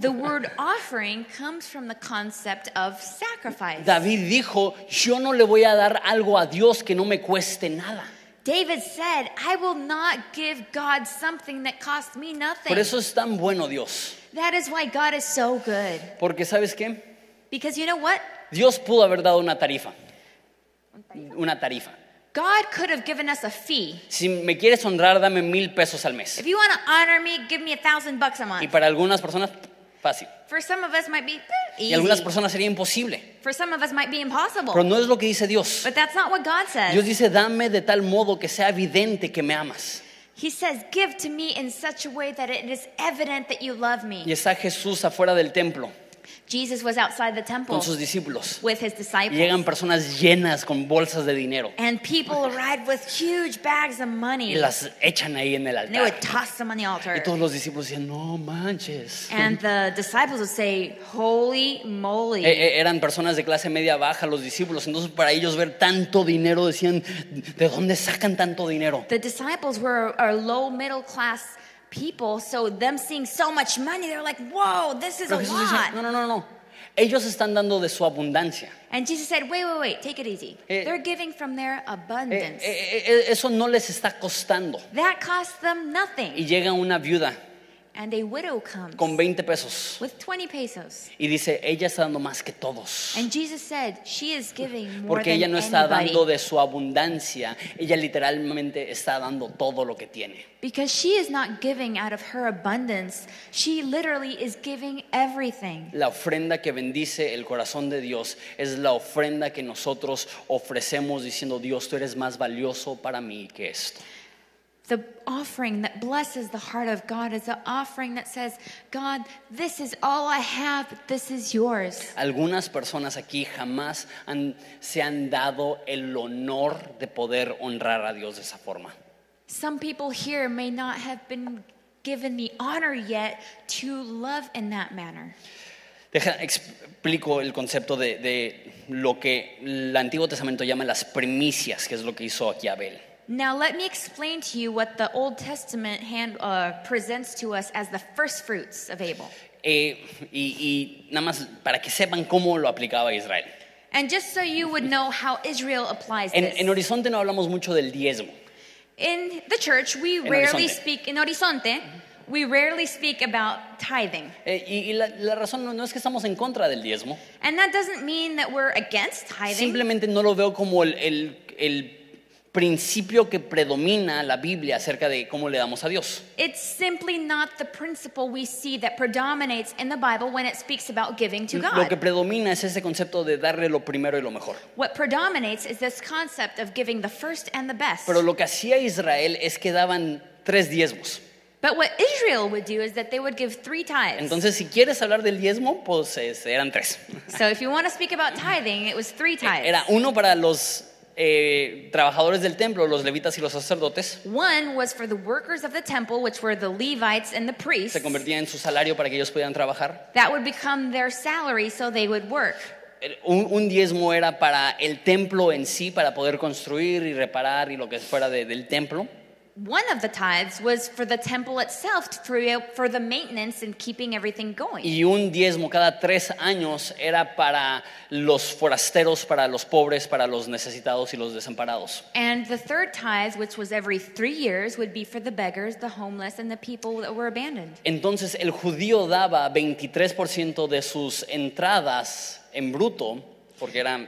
Speaker 2: The word offering comes from the concept of sacrifice.
Speaker 1: David dijo, yo no le voy a dar algo a Dios que no me cueste nada.
Speaker 2: David said, I will not give God something that costs me nothing.
Speaker 1: Por eso es tan bueno Dios.
Speaker 2: that is why God is so good.
Speaker 1: Porque sabes qué?
Speaker 2: Because you know what?
Speaker 1: Dios pudo haber dado una tarifa. Una tarifa.
Speaker 2: God could have given us a fee.
Speaker 1: Si me quieres honrar, dame mil pesos al mes.
Speaker 2: If you want to honor me, give me a thousand bucks a
Speaker 1: Y
Speaker 2: month.
Speaker 1: para algunas personas, fácil.
Speaker 2: For some of us might be eh,
Speaker 1: Y algunas
Speaker 2: easy.
Speaker 1: personas sería imposible.
Speaker 2: For some of us might be impossible.
Speaker 1: Pero no es lo que dice Dios.
Speaker 2: But that's not what God
Speaker 1: Dios
Speaker 2: says.
Speaker 1: dice, dame de tal modo que sea evidente que me amas.
Speaker 2: He says, Give to me in such a way that it is evident that you love
Speaker 1: Y
Speaker 2: me.
Speaker 1: está Jesús afuera del templo
Speaker 2: Jesus was outside the temple
Speaker 1: con sus discípulos.
Speaker 2: with his
Speaker 1: Y llegan
Speaker 2: disciples,
Speaker 1: personas llenas con bolsas de dinero
Speaker 2: and people arrived with huge bags of
Speaker 1: y
Speaker 2: money, and
Speaker 1: las echan ahí en el
Speaker 2: they
Speaker 1: altar.
Speaker 2: would toss them on the
Speaker 1: Y
Speaker 2: altar.
Speaker 1: todos los discípulos decían, no manches.
Speaker 2: And the disciples would say, Holy moly.
Speaker 1: E- e- eran personas de clase media baja los discípulos, entonces para ellos ver tanto dinero decían, ¿de dónde sacan tanto dinero?
Speaker 2: The disciples were are low middle class people, so them seeing so much money, they're like, Whoa, this is a
Speaker 1: Pero Jesús dice,
Speaker 2: lot.
Speaker 1: no, no, no, no. Ellos están dando de su abundancia.
Speaker 2: And Jesus said, Wait, wait, wait, take it easy.
Speaker 1: Eh,
Speaker 2: They're giving from their
Speaker 1: Eh,
Speaker 2: abundance.
Speaker 1: eh, eh, eso no les está costando.
Speaker 2: That costs them
Speaker 1: Y
Speaker 2: nothing.
Speaker 1: llega una viuda
Speaker 2: And a widow comes
Speaker 1: con 20 pesos
Speaker 2: with 20 pesos.
Speaker 1: y dice, ella está dando más que todos.
Speaker 2: And Jesus said, She is giving more
Speaker 1: Porque
Speaker 2: than
Speaker 1: ella no está dando
Speaker 2: anybody.
Speaker 1: de su abundancia, ella literalmente está dando todo lo que tiene.
Speaker 2: Because she is not giving out of her abundance. She literally is giving everything.
Speaker 1: La ofrenda que bendice el corazón de Dios es la ofrenda que nosotros ofrecemos diciendo, Dios, tú eres más valioso para mí que esto.
Speaker 2: The offering that blesses the heart of God is the offering that says, God, this is all I have, but this is yours.
Speaker 1: Algunas personas aquí jamás han- se han dado el honor de poder honrar a Dios de esa forma.
Speaker 2: Some people here may not have been given the honor yet to love in that manner.
Speaker 1: Deja, explico el concepto de, de lo que el Antiguo Testamento llama las primicias, que es lo que hizo aquí Abel.
Speaker 2: Now, let me explain to you what the Old Testament hand, uh, presents to us as the first fruits of Abel.
Speaker 1: Eh, y, y nada más para que sepan cómo lo aplicaba Israel.
Speaker 2: And just so you would know how Israel applies
Speaker 1: En,
Speaker 2: this.
Speaker 1: en Horizonte no hablamos mucho del diezmo.
Speaker 2: in the church, we
Speaker 1: En
Speaker 2: rarely
Speaker 1: Horizonte.
Speaker 2: speak, in Horizonte, we rarely speak about tithing.
Speaker 1: Eh, y y la, la razón no, no es que estamos en contra del diezmo,
Speaker 2: And that doesn't mean that we're against tithing.
Speaker 1: simplemente no lo veo como el, el- el principio que predomina la Biblia acerca de cómo le damos a Dios.
Speaker 2: It's simply not the principle we see that predominates in the Bible when it speaks about giving to
Speaker 1: Lo que
Speaker 2: God.
Speaker 1: predomina es ese concepto de darle lo primero y lo mejor.
Speaker 2: What predominates is this concept of giving the first and the best.
Speaker 1: Pero lo que hacía Israel es que daban tres diezmos.
Speaker 2: But what Israel would do is that they would give three tithes.
Speaker 1: Entonces, si quieres hablar del diezmo, pues es- eran tres.
Speaker 2: So if you want to speak about tithing, it was three tithes.
Speaker 1: Era uno para los eh, trabajadores del templo, los levitas y los sacerdotes.
Speaker 2: One was for the workers of the temple, which were the Levites and the priests.
Speaker 1: Se convertía en su salario para que ellos pudieran trabajar.
Speaker 2: That would become their salary so they would work.
Speaker 1: El- Er, Un, un diezmo era para el templo en sí, para poder construir y reparar y lo que fuera de- del templo.
Speaker 2: One of the tithes was for the temple itself to throw out for the maintenance and keeping everything going.
Speaker 1: Y un diezmo cada tres años era para los forasteros, para los pobres, para los necesitados y los desamparados.
Speaker 2: And the third tithe, which was every three years, would be for the beggars, the homeless, and the people that were abandoned.
Speaker 1: Entonces el judío daba 23% de sus entradas en bruto, porque era,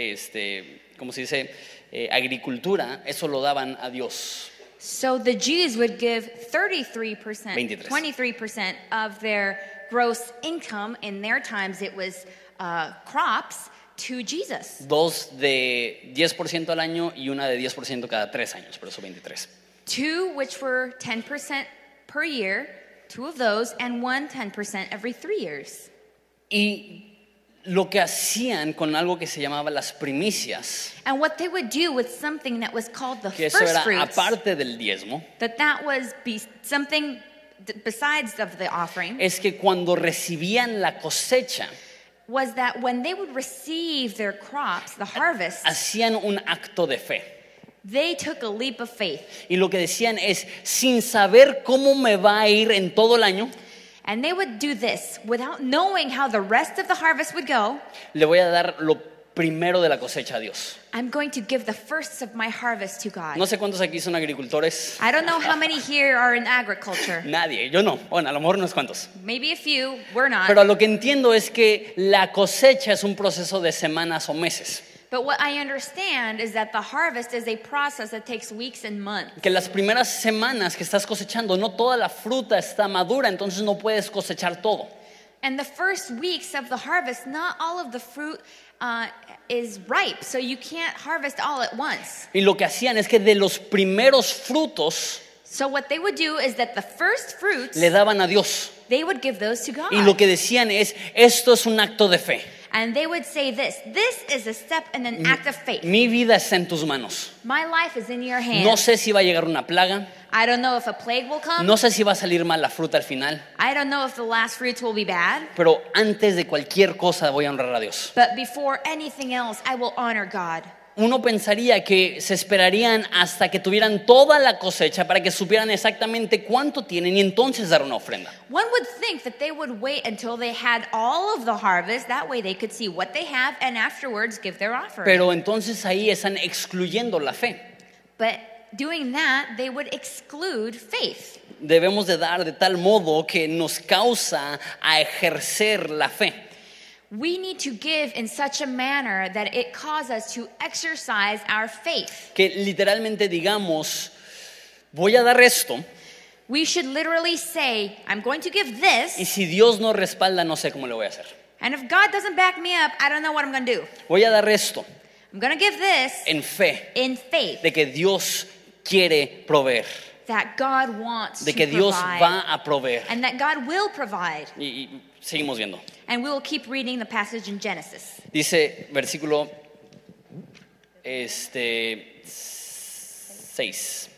Speaker 1: este, ¿cómo se dice? Eh, agricultura, eso lo daban a Dios.
Speaker 2: So the Jews would give 33%,
Speaker 1: 23.
Speaker 2: 23% of their gross income in their times, it was uh, crops, to Jesus.
Speaker 1: Dos de 10% al año y una de 10% cada tres años, por eso 23.
Speaker 2: Two, which were 10% per year, two of those, and one 10% every three years.
Speaker 1: Y lo que hacían con algo que se llamaba las primicias,
Speaker 2: And what they would do with something that was called the
Speaker 1: que eso
Speaker 2: first
Speaker 1: era
Speaker 2: fruits,
Speaker 1: aparte del diezmo,
Speaker 2: that that was be- something d- besides of the offering,
Speaker 1: es que cuando recibían la cosecha,
Speaker 2: was that when they would receive their crops, the
Speaker 1: Eh-
Speaker 2: harvest,
Speaker 1: hacían un acto de fe.
Speaker 2: they took a leap of faith.
Speaker 1: Y lo que decían es, sin saber cómo me va a ir en todo el año,
Speaker 2: And they would do this without knowing how the rest of the harvest would go.
Speaker 1: le voy a dar lo primero de la cosecha a Dios.
Speaker 2: I'm going to give the first of my harvest to God.
Speaker 1: No sé cuántos aquí son agricultores.
Speaker 2: I don't know how many here are in agriculture.
Speaker 1: Nadie, yo no. Bueno, a lo mejor unos cuantos.
Speaker 2: Maybe a few, we're
Speaker 1: Pero
Speaker 2: not.
Speaker 1: lo que entiendo es que la cosecha es un proceso de semanas o meses.
Speaker 2: But what I understand is that the harvest is a process that takes weeks and months.
Speaker 1: Que las primeras semanas que estás cosechando, no toda la fruta está madura, entonces no puedes cosechar todo.
Speaker 2: And the first weeks of the harvest, not all of the fruit uh, is ripe, so you can't harvest all at once.
Speaker 1: Y lo que hacían es que de los primeros frutos
Speaker 2: So what they would do is that the first fruits
Speaker 1: le daban a Dios.
Speaker 2: they would give those to God.
Speaker 1: Y lo que decían es, esto es un acto de fe.
Speaker 2: And they would say this, this is a step and
Speaker 1: Mm.
Speaker 2: an act of faith.
Speaker 1: Mi vida está en tus manos.
Speaker 2: My life is in your
Speaker 1: No
Speaker 2: hands.
Speaker 1: sé si va a llegar una plaga,
Speaker 2: I don't know if a plague will come.
Speaker 1: no sé si va a salir mal la fruta al final,
Speaker 2: I don't know if the last fruits will be bad.
Speaker 1: pero antes de cualquier cosa voy a honrar a Dios.
Speaker 2: But before anything else, I will honor God.
Speaker 1: Uno pensaría que se esperarían hasta que tuvieran toda la cosecha para que supieran exactamente cuánto tienen y entonces dar una ofrenda.
Speaker 2: One would think that they would wait until they had all of the harvest. That way they could see what they have and afterwards give their offering.
Speaker 1: Pero entonces ahí están excluyendo la fe.
Speaker 2: but doing that, they would exclude faith.
Speaker 1: Debemos de dar de tal modo que nos causa a ejercer la fe.
Speaker 2: We need to give in such a manner that it causes us to exercise our faith.
Speaker 1: Que literalmente digamos, voy a dar esto
Speaker 2: We should literally say, I'm going to give
Speaker 1: y
Speaker 2: this,
Speaker 1: si Dios no respalda no sé cómo lo voy a hacer.
Speaker 2: and if God doesn't back me up, I don't know what I'm going to do.
Speaker 1: Voy a dar esto
Speaker 2: I'm going to give this
Speaker 1: en fe
Speaker 2: in faith
Speaker 1: de que Dios quiere proveer,
Speaker 2: that God wants
Speaker 1: de
Speaker 2: to
Speaker 1: que Dios
Speaker 2: provide.
Speaker 1: va a proveer.
Speaker 2: and that God will provide.
Speaker 1: Y, y seguimos viendo.
Speaker 2: And we will keep reading the passage in Genesis.
Speaker 1: Dice versículo este 6.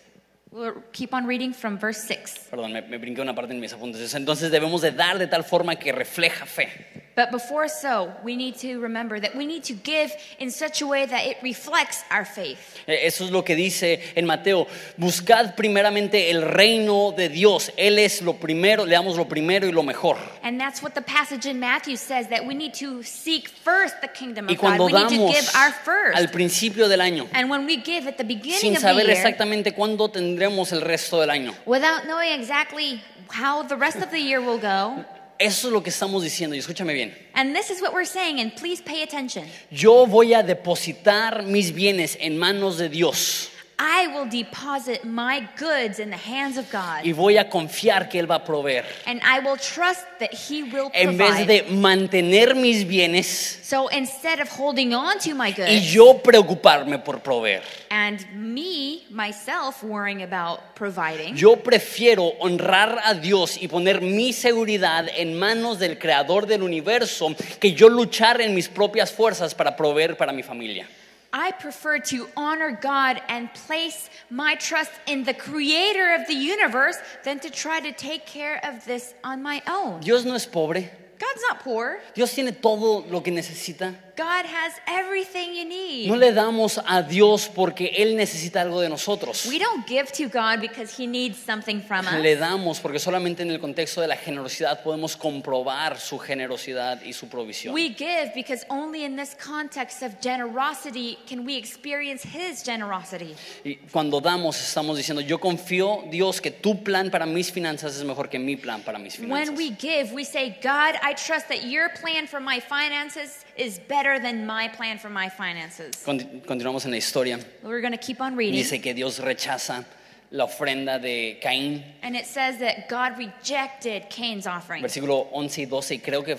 Speaker 2: We'll keep on reading from verse 6.
Speaker 1: Perdón, me, me brinqué una parte en mis apuntes. Dice, Entonces debemos de dar de tal forma que refleja fe.
Speaker 2: But before so, we need to remember that we need to give in such a way that it reflects our faith.
Speaker 1: Eh, Eso es lo que dice en Mateo. Buscad primeramente el reino de Dios. Él es lo primero, le damos lo primero y lo mejor.
Speaker 2: And that's what the passage in Matthew says that we need to seek first the kingdom
Speaker 1: Y
Speaker 2: of God.
Speaker 1: cuando
Speaker 2: We need to
Speaker 1: damos
Speaker 2: give our
Speaker 1: al
Speaker 2: first.
Speaker 1: principio del año,
Speaker 2: And when we give at the beginning
Speaker 1: sin
Speaker 2: of the
Speaker 1: saber
Speaker 2: year,
Speaker 1: exactamente cuándo tendremos el resto del año.
Speaker 2: without knowing exactly how the rest of the year will go,
Speaker 1: Eso es lo que estamos diciendo y escúchame bien.
Speaker 2: and this is what we're saying, and please pay attention.
Speaker 1: Yo voy a depositar mis bienes en manos de Dios
Speaker 2: I will deposit my goods in the hands of God.
Speaker 1: y voy a confiar que Él va a proveer.
Speaker 2: And I will trust that He will
Speaker 1: En vez de
Speaker 2: provide.
Speaker 1: mantener mis bienes
Speaker 2: so instead of holding on to my
Speaker 1: y
Speaker 2: goods
Speaker 1: yo preocuparme por proveer,
Speaker 2: and me, myself, worrying about providing,
Speaker 1: yo prefiero honrar a Dios y poner mi seguridad en manos del Creador del universo que yo luchar en mis propias fuerzas para proveer para mi familia.
Speaker 2: I prefer to honor God and place my trust in the Creator of the universe than to try to take care of this on my own.
Speaker 1: Dios no es pobre.
Speaker 2: God's not poor.
Speaker 1: Dios tiene todo lo que necesita.
Speaker 2: God has everything you need.
Speaker 1: No le damos a Dios porque Él necesita algo de nosotros.
Speaker 2: we don't give to God because He needs something from us.
Speaker 1: Le damos porque solamente en el contexto de la generosidad podemos comprobar su generosidad y su provisión.
Speaker 2: We give because only in this context of generosity can we experience His generosity.
Speaker 1: Y cuando damos estamos diciendo, yo confío, Dios, que tu plan para mis finanzas es mejor que mi plan para mis finanzas.
Speaker 2: When we give, we say, God, I trust that your plan for my finances is better than my plan for my finances.
Speaker 1: Conti- Continuamos en la historia.
Speaker 2: We're going to keep on reading.
Speaker 1: Dice que Dios rechaza la ofrenda de Caín,
Speaker 2: And it says that God rejected Cain's offering.
Speaker 1: versículo 11 y 12, y creo que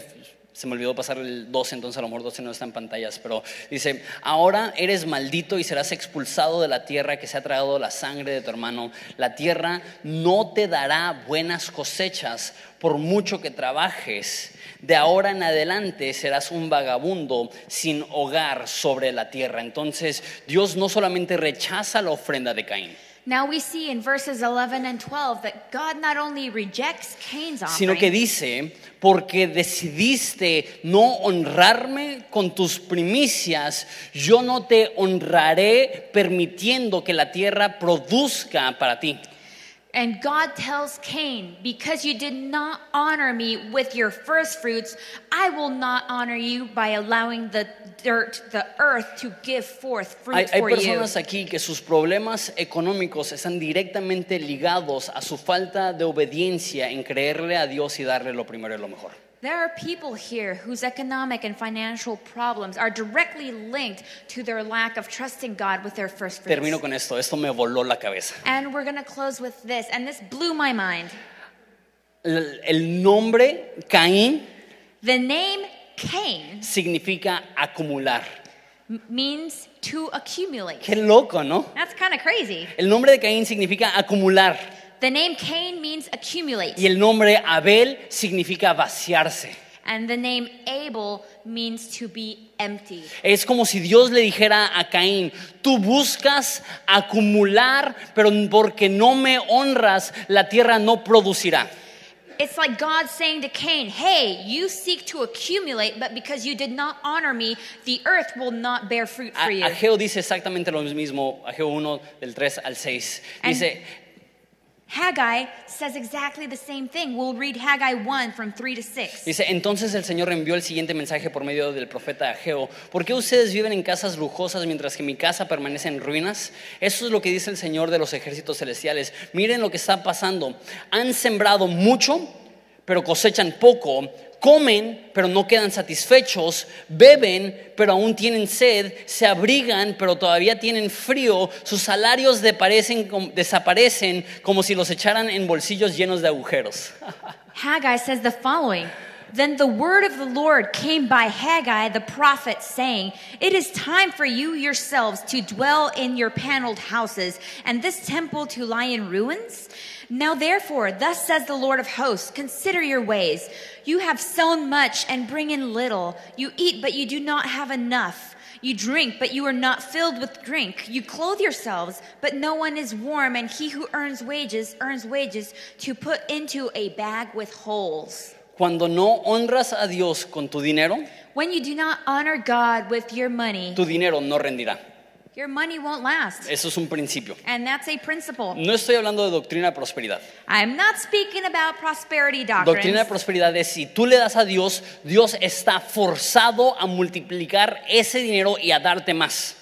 Speaker 1: se me olvidó pasar el 12, entonces a lo mejor 12 no está en pantallas, pero dice, ahora eres maldito y serás expulsado de la tierra que se ha tragado la sangre de tu hermano. La tierra no te dará buenas cosechas por mucho que trabajes. De ahora en adelante serás un vagabundo sin hogar sobre la tierra. Entonces Dios no solamente rechaza la ofrenda de Caín,
Speaker 2: Now we see in verses 11 and 12 that God not only rejects Cain's
Speaker 1: sino que
Speaker 2: offering,
Speaker 1: dice, porque decidiste no honrarme con tus primicias, yo no te honraré permitiendo que la tierra produzca para ti.
Speaker 2: and God tells Cain, Because you did not honor me with your first fruits, I will not honor you by allowing the dirt, the earth, to give forth fruit
Speaker 1: Hay, hay
Speaker 2: for you.
Speaker 1: personas aquí que sus problemas económicos están directamente ligados a su falta de obediencia en creerle a Dios y darle lo primero y lo mejor.
Speaker 2: There are people here whose economic and financial problems are directly linked to their lack of trusting God with their first fruits.
Speaker 1: Termino con esto, esto me voló la cabeza.
Speaker 2: And we're going to close with this, and this blew my mind.
Speaker 1: El- el nombre Caín
Speaker 2: The name Cain
Speaker 1: significa acumular.
Speaker 2: m- means to accumulate.
Speaker 1: Qué loco, ¿no?
Speaker 2: That's kind of crazy.
Speaker 1: El nombre de Caín significa acumular.
Speaker 2: The name Cain means accumulate,
Speaker 1: Y el nombre Abel significa vaciarse.
Speaker 2: and the name Abel means to be empty.
Speaker 1: Es como si Dios le dijera a Caín, tú buscas acumular, pero porque no me honras, la tierra no producirá.
Speaker 2: It's like God saying to Cain, Hey, you seek to accumulate, but because you did not honor me, the earth will not bear fruit
Speaker 1: A-
Speaker 2: for you.
Speaker 1: Ageo dice exactamente lo mismo, Ageo 1 del 3 al 6. Dice,
Speaker 2: Haggai says exactly the same thing. We'll read Haggai 1 from 3 to 6.
Speaker 1: Dice, entonces el Señor envió el siguiente mensaje por medio del profeta Ageo. ¿Por qué ustedes viven en casas lujosas mientras que mi casa permanece en ruinas? Eso es lo que dice el Señor de los ejércitos celestiales. Miren lo que está pasando. Han sembrado mucho, pero cosechan poco. Comen, pero no quedan satisfechos. Beben, pero aún tienen sed. Se abrigan, pero todavía tienen frío. Sus salarios deparecen- desaparecen como si los echaran en bolsillos llenos de agujeros.
Speaker 2: Haggai says the following Then the word of the Lord came by Haggai the prophet, saying, It is time for you yourselves to dwell in your paneled houses, and this temple to lie in ruins. Now, therefore, thus says the Lord of hosts, consider your ways. You have sown much and bring in little. You eat, but you do not have enough. You drink, but you are not filled with drink. You clothe yourselves, but no one is warm, and he who earns wages earns wages to put into a bag with holes.
Speaker 1: Cuando no honras a Dios con tu dinero,
Speaker 2: When you do not honor God with your money,
Speaker 1: tu dinero no rendirá.
Speaker 2: your money won't last.
Speaker 1: Eso es un principio.
Speaker 2: And that's a principle.
Speaker 1: No estoy hablando de doctrina de prosperidad.
Speaker 2: I'm not speaking about prosperity
Speaker 1: Doctrina de
Speaker 2: doctrines.
Speaker 1: prosperidad es si tú le das a Dios, Dios está forzado a multiplicar ese dinero y a darte más.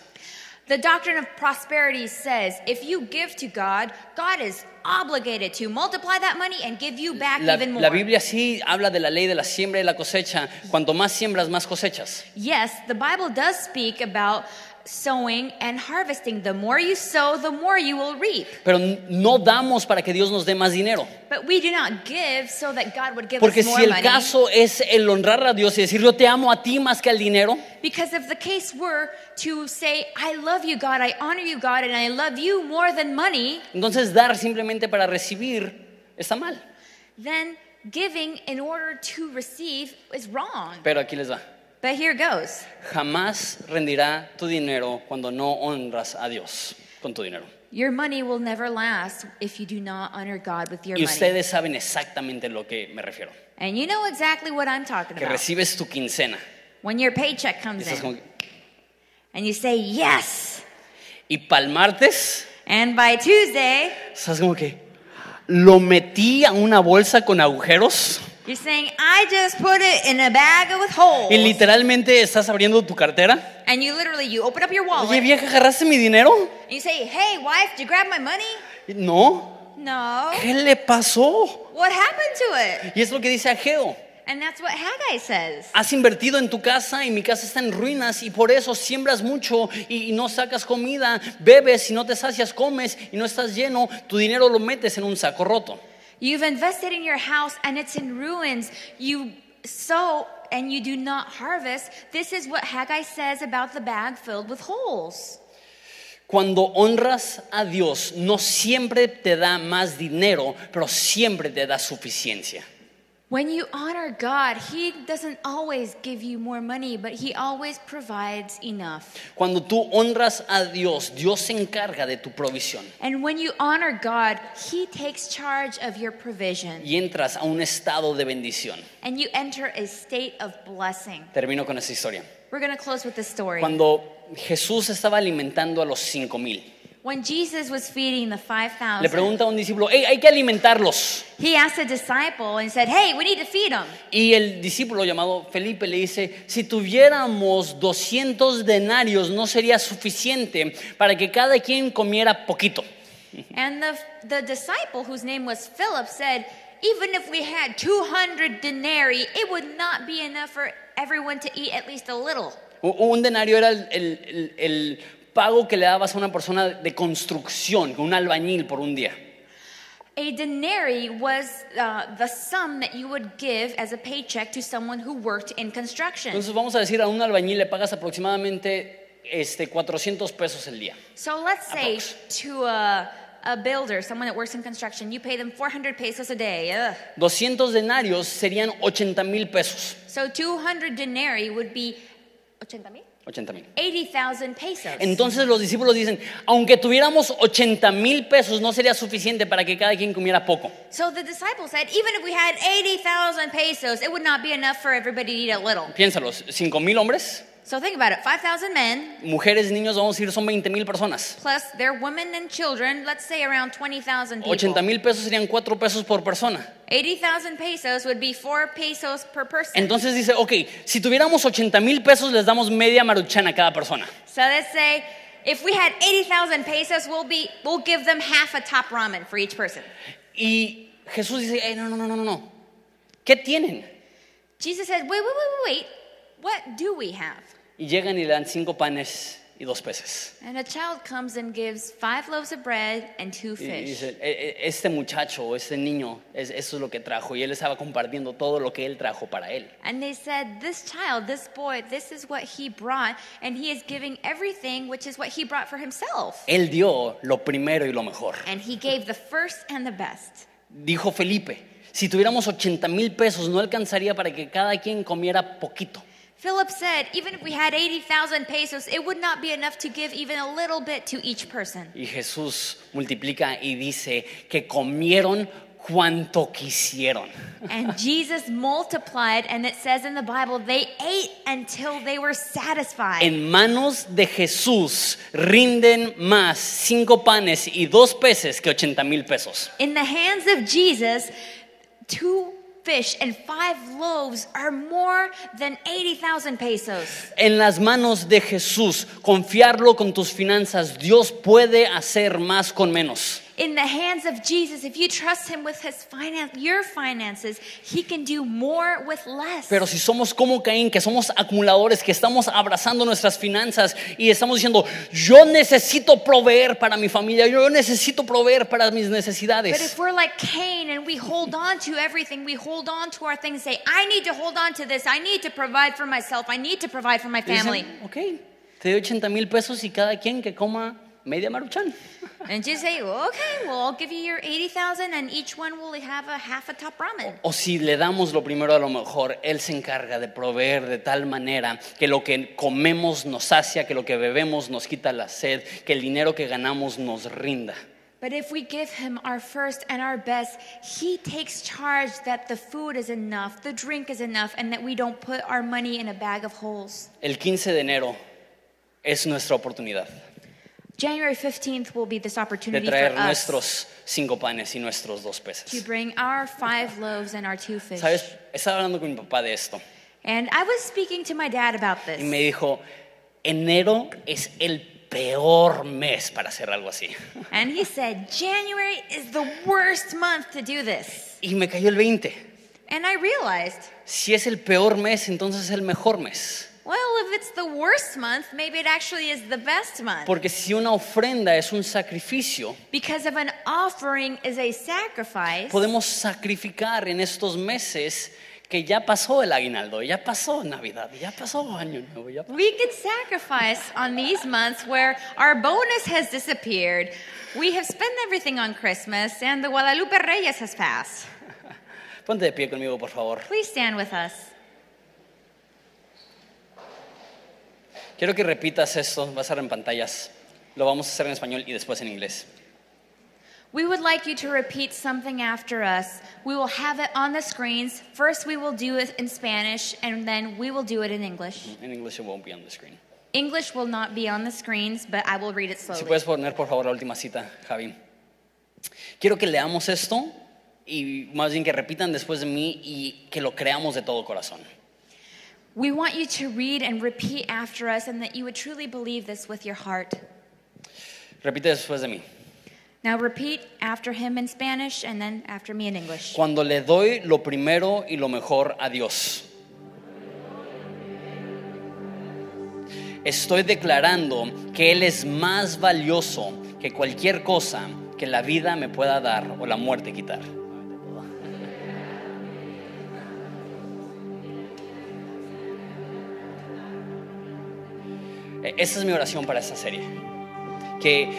Speaker 2: The doctrine of prosperity says if you give to God, God is obligated to multiply that money and give you back
Speaker 1: La,
Speaker 2: even
Speaker 1: la
Speaker 2: more.
Speaker 1: Biblia sí habla de la ley de la siembra y la cosecha. Cuanto más siembras, más cosechas.
Speaker 2: Yes, the Bible does speak about sowing and harvesting. The more you sow, the more you will reap.
Speaker 1: Pero n- no damos para que Dios nos dé más dinero.
Speaker 2: But we do not give so that God would give
Speaker 1: Porque
Speaker 2: us more
Speaker 1: si el
Speaker 2: money.
Speaker 1: caso es el honrar a Dios y decir yo te amo a ti más que al dinero,
Speaker 2: because if the case were to say, I love you, God, I honor you, God, and I love you more than money,
Speaker 1: entonces dar simplemente para recibir está mal.
Speaker 2: then giving in order to receive is wrong.
Speaker 1: Pero aquí les va.
Speaker 2: But here goes.
Speaker 1: Jamás rendirá tu dinero cuando no honras a Dios con tu dinero.
Speaker 2: Your money will never last if you do not honor God with your
Speaker 1: Y
Speaker 2: money.
Speaker 1: ustedes saben exactamente lo que me refiero.
Speaker 2: And you know exactly what I'm talking
Speaker 1: Que
Speaker 2: about.
Speaker 1: recibes tu quincena.
Speaker 2: When your paycheck
Speaker 1: Y,
Speaker 2: comes
Speaker 1: estás como
Speaker 2: in
Speaker 1: que-
Speaker 2: and you say, Yes,
Speaker 1: y pa'l martes,
Speaker 2: And by Tuesday,
Speaker 1: estás como que lo metí a una bolsa con agujeros
Speaker 2: you're saying, I just put it in a bag with holes.
Speaker 1: y literalmente estás abriendo tu cartera.
Speaker 2: and you literally, you open up your
Speaker 1: Oye,
Speaker 2: wallet
Speaker 1: vieja, ¿agarraste mi dinero?
Speaker 2: and you say, hey, wife, did you grab my money?
Speaker 1: Y,
Speaker 2: Oh.
Speaker 1: No.
Speaker 2: No.
Speaker 1: ¿Qué le pasó?
Speaker 2: What happened to it?
Speaker 1: Y es lo que dice Ageo.
Speaker 2: And that's what Haggai says.
Speaker 1: Has invertido en tu casa y mi casa está en ruinas y por eso siembras mucho y, y no sacas comida, bebes y no te sacias, comes y no estás lleno, tu dinero lo metes en un saco roto.
Speaker 2: You've invested in your house and it's in ruins. You sow and you do not harvest. This is what Haggai says about the bag filled with holes.
Speaker 1: Cuando honras a Dios, no siempre te da más dinero, pero siempre te da suficiencia.
Speaker 2: When you honor God, He doesn't always give you more money, but He always provides enough.
Speaker 1: Cuando tú honras a Dios, Dios se encarga de tu provisión
Speaker 2: And when you honor God, He takes charge of your provision
Speaker 1: y entras a un estado de bendición.
Speaker 2: and you enter a state of blessing.
Speaker 1: Termino con esta historia.
Speaker 2: We're going to close with this story.
Speaker 1: Cuando Jesús estaba alimentando a los cinco mil,
Speaker 2: When Jesus was feeding the
Speaker 1: le
Speaker 2: 5,000,
Speaker 1: pregunta a un discípulo, hey, hay que alimentarlos.
Speaker 2: he asked a disciple and said, Hey, we need to feed them.
Speaker 1: Y el discípulo llamado Felipe le dice, si tuviéramos 200 denarios no sería suficiente para que cada quien comiera poquito.
Speaker 2: And the, the disciple, whose name was Philip, said, Even if we had 200 denarii, it would not be enough for everyone to eat at least a little.
Speaker 1: U- Un denario era el, el- el- el pago que le dabas a una persona de construcción, un albañil por un día.
Speaker 2: A denarii was uh, the sum that you would give as a paycheck to someone who worked in construction.
Speaker 1: Entonces vamos a decir, a un albañil le pagas aproximadamente este, 400 pesos el día.
Speaker 2: So let's say
Speaker 1: Approx.
Speaker 2: to a a builder, someone that works in construction, you pay them 400 pesos a day. Ugh.
Speaker 1: 200 denarios serían 80 mil pesos.
Speaker 2: So 200 denarii would be 80,000?
Speaker 1: 80 mil.
Speaker 2: 80,000 pesos.
Speaker 1: Entonces los discípulos dicen, aunque tuviéramos 80 mil pesos, no sería suficiente para que cada quien comiera poco.
Speaker 2: so the disciples said, even if we had 80,000 pesos, it would not be enough for everybody to eat a little.
Speaker 1: Piénsalos, 5 mil hombres,
Speaker 2: So think about it 5,000 men
Speaker 1: mujeres, niños, vamos a decir, son 20 mil personas.
Speaker 2: plus their women and children, let's say around 20,000 people.
Speaker 1: 80 mil pesos serían 4 pesos por persona.
Speaker 2: 80,000 pesos would be 4 pesos per person.
Speaker 1: Entonces dice, ok, si tuviéramos 80 mil pesos, les damos media maruchana a cada persona.
Speaker 2: So let's say if we had 80,000 pesos, we'll be we'll give them half a top ramen for each person.
Speaker 1: Y Jesús dice, "Ey, no, no, no, no, no, no. ¿Qué tienen?
Speaker 2: Jesus said, "Wait, wait, wait, wait, wait. What do we have?"
Speaker 1: Y llegan y le dan cinco panes y dos peces.
Speaker 2: And a child comes and gives 5 loaves of bread and 2
Speaker 1: Y y
Speaker 2: fish.
Speaker 1: dice, "E- e- este muchacho o este niño, es- eso es lo que trajo. Y él estaba compartiendo todo lo que él trajo para él.
Speaker 2: And they said, "This child, this boy, this is what he brought, and he is giving everything, which is what he brought for himself."
Speaker 1: Él dio lo primero y lo mejor.
Speaker 2: And he gave the first and the best.
Speaker 1: Dijo Felipe, si tuviéramos 80 mil pesos no alcanzaría para que cada quien comiera poquito.
Speaker 2: Philip said, "Even if we had 80,000 pesos, it would not be enough to give even a little bit to each person."
Speaker 1: Y Jesús multiplica y dice que comieron cuanto quisieron.
Speaker 2: And Jesus multiplied, and it says in the Bible, they ate until they were satisfied.
Speaker 1: En manos de Jesús rinden más cinco panes y dos peces que 80 mil pesos.
Speaker 2: in the hands of Jesus, two fish and five loaves are more than 80,000 pesos.
Speaker 1: En las manos de Jesús, confiarlo con tus finanzas, Dios puede hacer más con menos.
Speaker 2: In the hands of Jesus, if you trust him with his finance, your finances, he can do more with less.
Speaker 1: Pero si somos como Caín, que somos acumuladores, que estamos abrazando nuestras finanzas y estamos diciendo, yo necesito proveer para mi familia, yo necesito proveer para mis necesidades.
Speaker 2: But if we're like Cain and we hold on to everything, we hold on to our things, say, I need to hold on to this, I need to provide for myself, I need to provide for my
Speaker 1: Y dicen,
Speaker 2: family.
Speaker 1: ok, te doy 80 mil pesos y cada quien que coma media maruchan.
Speaker 2: And just say, okay, well, I'll give you your 80,000 and each one will have a half a top ramen.
Speaker 1: O si le damos lo primero a lo mejor, Él se encarga de proveer de tal manera que lo que comemos nos sacia, que lo que bebemos nos quita la sed, que el dinero que ganamos nos rinda.
Speaker 2: But if we give him our first and our best, he takes charge that the food is enough, the drink is enough, and that we don't put our money in a bag of holes.
Speaker 1: El 15 de enero es nuestra oportunidad
Speaker 2: January 15th will be this
Speaker 1: de
Speaker 2: opportunity for
Speaker 1: traer
Speaker 2: us
Speaker 1: nuestros cinco panes y nuestros dos
Speaker 2: to
Speaker 1: peces.
Speaker 2: bring our five loaves and our two fish.
Speaker 1: ¿Sabes? Estaba hablando con mi papá de esto
Speaker 2: And I was speaking to my dad about
Speaker 1: y
Speaker 2: this.
Speaker 1: me dijo, enero es el peor mes para hacer algo así.
Speaker 2: And he said, January is the worst month to do this.
Speaker 1: Y me cayó el 20.
Speaker 2: And I realized,
Speaker 1: Si es el peor mes, entonces es el mejor mes.
Speaker 2: Well, if it's the worst month, maybe it actually is the best month.
Speaker 1: Porque si una ofrenda es un sacrificio,
Speaker 2: Because if an offering is a sacrifice,
Speaker 1: podemos sacrificar en estos meses que ya pasó el aguinaldo, ya pasó Navidad, ya pasó Año Nuevo, ya pasó.
Speaker 2: we can sacrifice on these months where our bonus has disappeared. We have spent everything on Christmas, and the Guadalupe Reyes has passed.
Speaker 1: Ponte de pie conmigo, por favor.
Speaker 2: Please stand with us.
Speaker 1: Quiero que repitas esto, va a estar en pantallas. Lo vamos a hacer en español y después en inglés.
Speaker 2: We would like you to repeat something after us. We will have it on the screens. First, we will do it in Spanish, and then we will do it in English.
Speaker 1: En inglés it won't be on the screen.
Speaker 2: English will not be on the screens, but I will read it
Speaker 1: Si
Speaker 2: slowly.
Speaker 1: puedes poner, por favor, la última cita, Javi. Quiero que leamos esto y más bien que repitan después de mí y que lo creamos de todo corazón.
Speaker 2: We want you to read and repeat after us and that you would truly believe this with your heart.
Speaker 1: Repite después de mí.
Speaker 2: Now repeat after him in Spanish and then after me in English.
Speaker 1: Cuando le doy lo primero y lo mejor a Dios. Estoy declarando que Él es más valioso que cualquier cosa que la vida me pueda dar o la muerte quitar. E- Esa es mi oración para esta serie. Que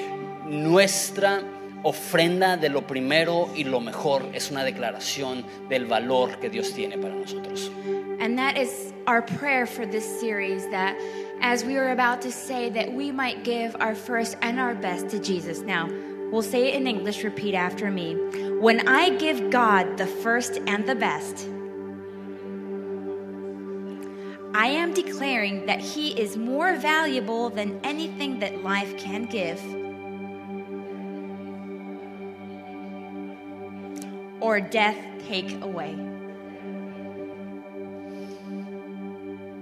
Speaker 1: nuestra ofrenda de lo primero y lo mejor es una declaración del valor que Dios tiene para nosotros.
Speaker 2: And that is our prayer for this series that as we are about to say that we might give our first and our best to Jesus. Now, we'll say it in English, repeat after me. When I give God the first and the best, I am declaring that He is more valuable than anything that life can give or death take away.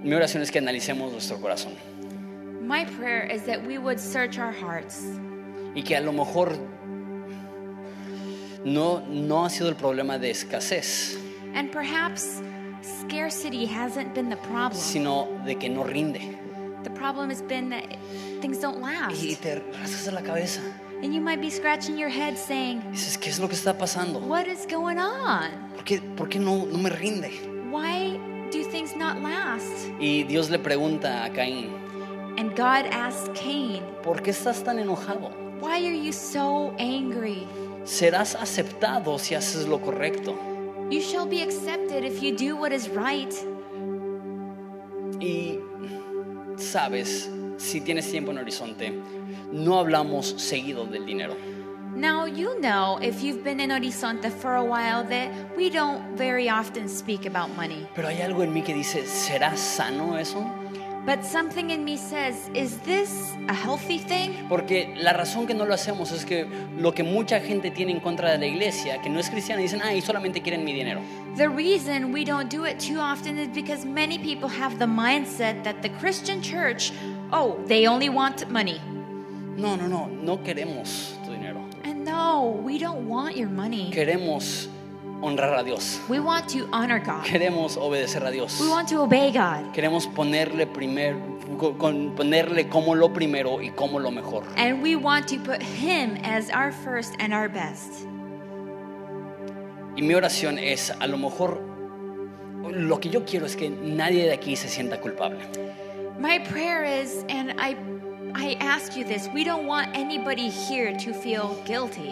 Speaker 1: Mi oración es que analicemos nuestro corazón
Speaker 2: My prayer is that we would search our hearts.
Speaker 1: y que a lo mejor no, no ha sido el problema de escasez,
Speaker 2: And perhaps scarcity hasn't been the problem.
Speaker 1: sino de que no rinde.
Speaker 2: The problem has been that things don't
Speaker 1: Y
Speaker 2: last.
Speaker 1: te rasgas de la cabeza.
Speaker 2: And you might be scratching your head saying,
Speaker 1: Dices, ¿qué es lo que está pasando?
Speaker 2: What is going on?
Speaker 1: ¿Por qué, por qué no, no me rinde?
Speaker 2: Why do things not last?
Speaker 1: Y Dios le pregunta a Caín,
Speaker 2: And God asked Cain,
Speaker 1: ¿por qué estás tan enojado?
Speaker 2: Why are you so angry?
Speaker 1: Serás aceptado si haces lo correcto.
Speaker 2: You shall be accepted if you do what is right.
Speaker 1: Y sabes, si tienes tiempo en Horizonte, no hablamos seguido del dinero.
Speaker 2: Now, you know, if you've been in Horizonte for a while, that we don't very often speak about money.
Speaker 1: Pero hay algo en mí que dice, ¿será sano eso?
Speaker 2: But something in me says, Is this a healthy thing?
Speaker 1: Porque la razón que no lo hacemos es que lo que mucha gente tiene en contra de la iglesia, que no es cristiana, dicen, ay, solamente quieren mi dinero.
Speaker 2: The reason we don't do it too often is because many people have the mindset that the Christian church, oh, they only want money.
Speaker 1: No, no, no, no queremos tu dinero.
Speaker 2: And no, we don't want your money.
Speaker 1: Queremos honrar a Dios.
Speaker 2: We want to honor God,
Speaker 1: Queremos obedecer a Dios.
Speaker 2: we want to obey God,
Speaker 1: Queremos ponerle primer, co- con- ponerle como lo primero y como lo mejor.
Speaker 2: and we want to put Him as our first and our best.
Speaker 1: Y mi oración es, a lo mejor, lo que yo quiero es que nadie de aquí se sienta culpable.
Speaker 2: My prayer is, and I, I ask you this, we don't want anybody here to feel guilty.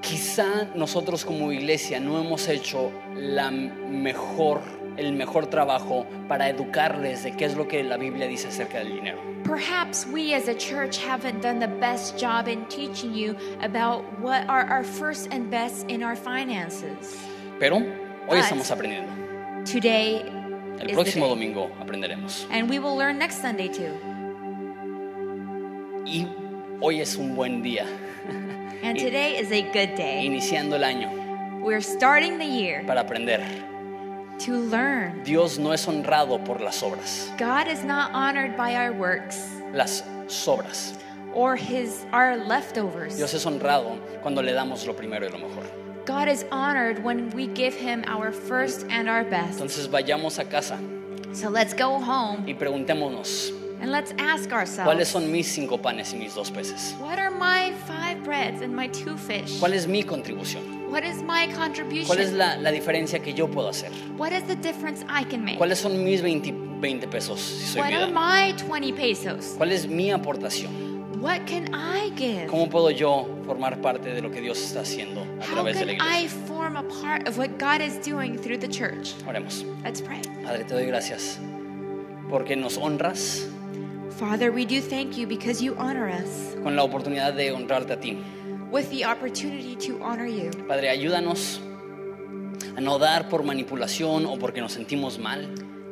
Speaker 1: Quizá nosotros como iglesia no hemos hecho la mejor, el mejor trabajo para educarles de qué es lo que la Biblia dice acerca del dinero.
Speaker 2: Perhaps we as a church haven't done the best job in teaching you about what are our first and best in our finances.
Speaker 1: Pero hoy
Speaker 2: Ah, Este
Speaker 1: estamos
Speaker 2: es-
Speaker 1: aprendiendo.
Speaker 2: Today
Speaker 1: El
Speaker 2: is the
Speaker 1: próximo
Speaker 2: day.
Speaker 1: domingo aprenderemos.
Speaker 2: And we will learn next Sunday too.
Speaker 1: Y hoy es un buen día,
Speaker 2: And today is a good day.
Speaker 1: iniciando el año
Speaker 2: We're starting the year
Speaker 1: para aprender.
Speaker 2: to learn.
Speaker 1: Dios no es honrado por las obras,
Speaker 2: God is not honored by our works
Speaker 1: las sobras.
Speaker 2: or his our leftovers.
Speaker 1: Dios es honrado cuando le damos lo primero y lo mejor.
Speaker 2: God is honored when we give him our first and our best.
Speaker 1: Entonces vayamos a casa
Speaker 2: So let's go home
Speaker 1: y preguntémonos,
Speaker 2: and let's ask
Speaker 1: ¿cuáles
Speaker 2: ourselves
Speaker 1: son mis cinco panes y mis dos peces?
Speaker 2: what are my five breads and my two fish?
Speaker 1: ¿Cuál es mi contribución?
Speaker 2: What is my
Speaker 1: ¿Cuál es
Speaker 2: contribution?
Speaker 1: la, la diferencia que yo puedo hacer?
Speaker 2: What is the difference I can make?
Speaker 1: ¿Cuáles son mis 20, 20 pesos si soy
Speaker 2: What are
Speaker 1: viuda?
Speaker 2: my 20 pesos?
Speaker 1: ¿Cuál es mi aportación?
Speaker 2: What can I give?
Speaker 1: ¿Cómo puedo yo formar parte de lo que Dios está haciendo a
Speaker 2: How
Speaker 1: través de la
Speaker 2: can
Speaker 1: iglesia?
Speaker 2: I form a part of what God is doing through the church?
Speaker 1: Oremos.
Speaker 2: Let's pray.
Speaker 1: Padre, te doy gracias porque nos honras
Speaker 2: Father, we do thank you because you honor us
Speaker 1: con la oportunidad de honrarte a ti.
Speaker 2: with the opportunity to honor you.
Speaker 1: Padre, ayúdanos a no dar por manipulación o porque nos sentimos mal,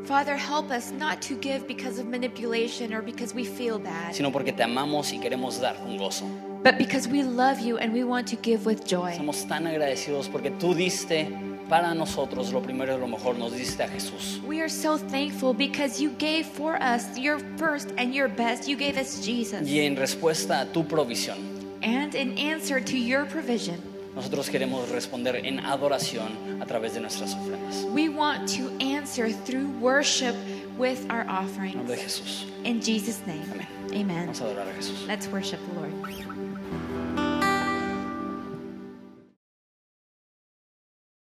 Speaker 2: Father, help us not to give because of manipulation or because we feel bad,
Speaker 1: sino porque te amamos y queremos dar con gozo.
Speaker 2: but because we love you and we want to give with joy.
Speaker 1: Estamos tan agradecidos porque tú diste para nosotros lo primero y lo mejor, nos diste a Jesús.
Speaker 2: We are so thankful because you gave for us your first and your best. You gave us Jesus.
Speaker 1: Y en respuesta a tu provisión,
Speaker 2: And in answer to your provision,
Speaker 1: nosotros queremos responder en adoración a través de nuestras ofrendas.
Speaker 2: we want to answer through worship with our
Speaker 1: En nombre de
Speaker 2: offerings.
Speaker 1: Jesús.
Speaker 2: In Jesus' name,
Speaker 1: Amén.
Speaker 2: amen.
Speaker 1: Vamos a adorar a Jesús.
Speaker 2: Let's worship the Lord.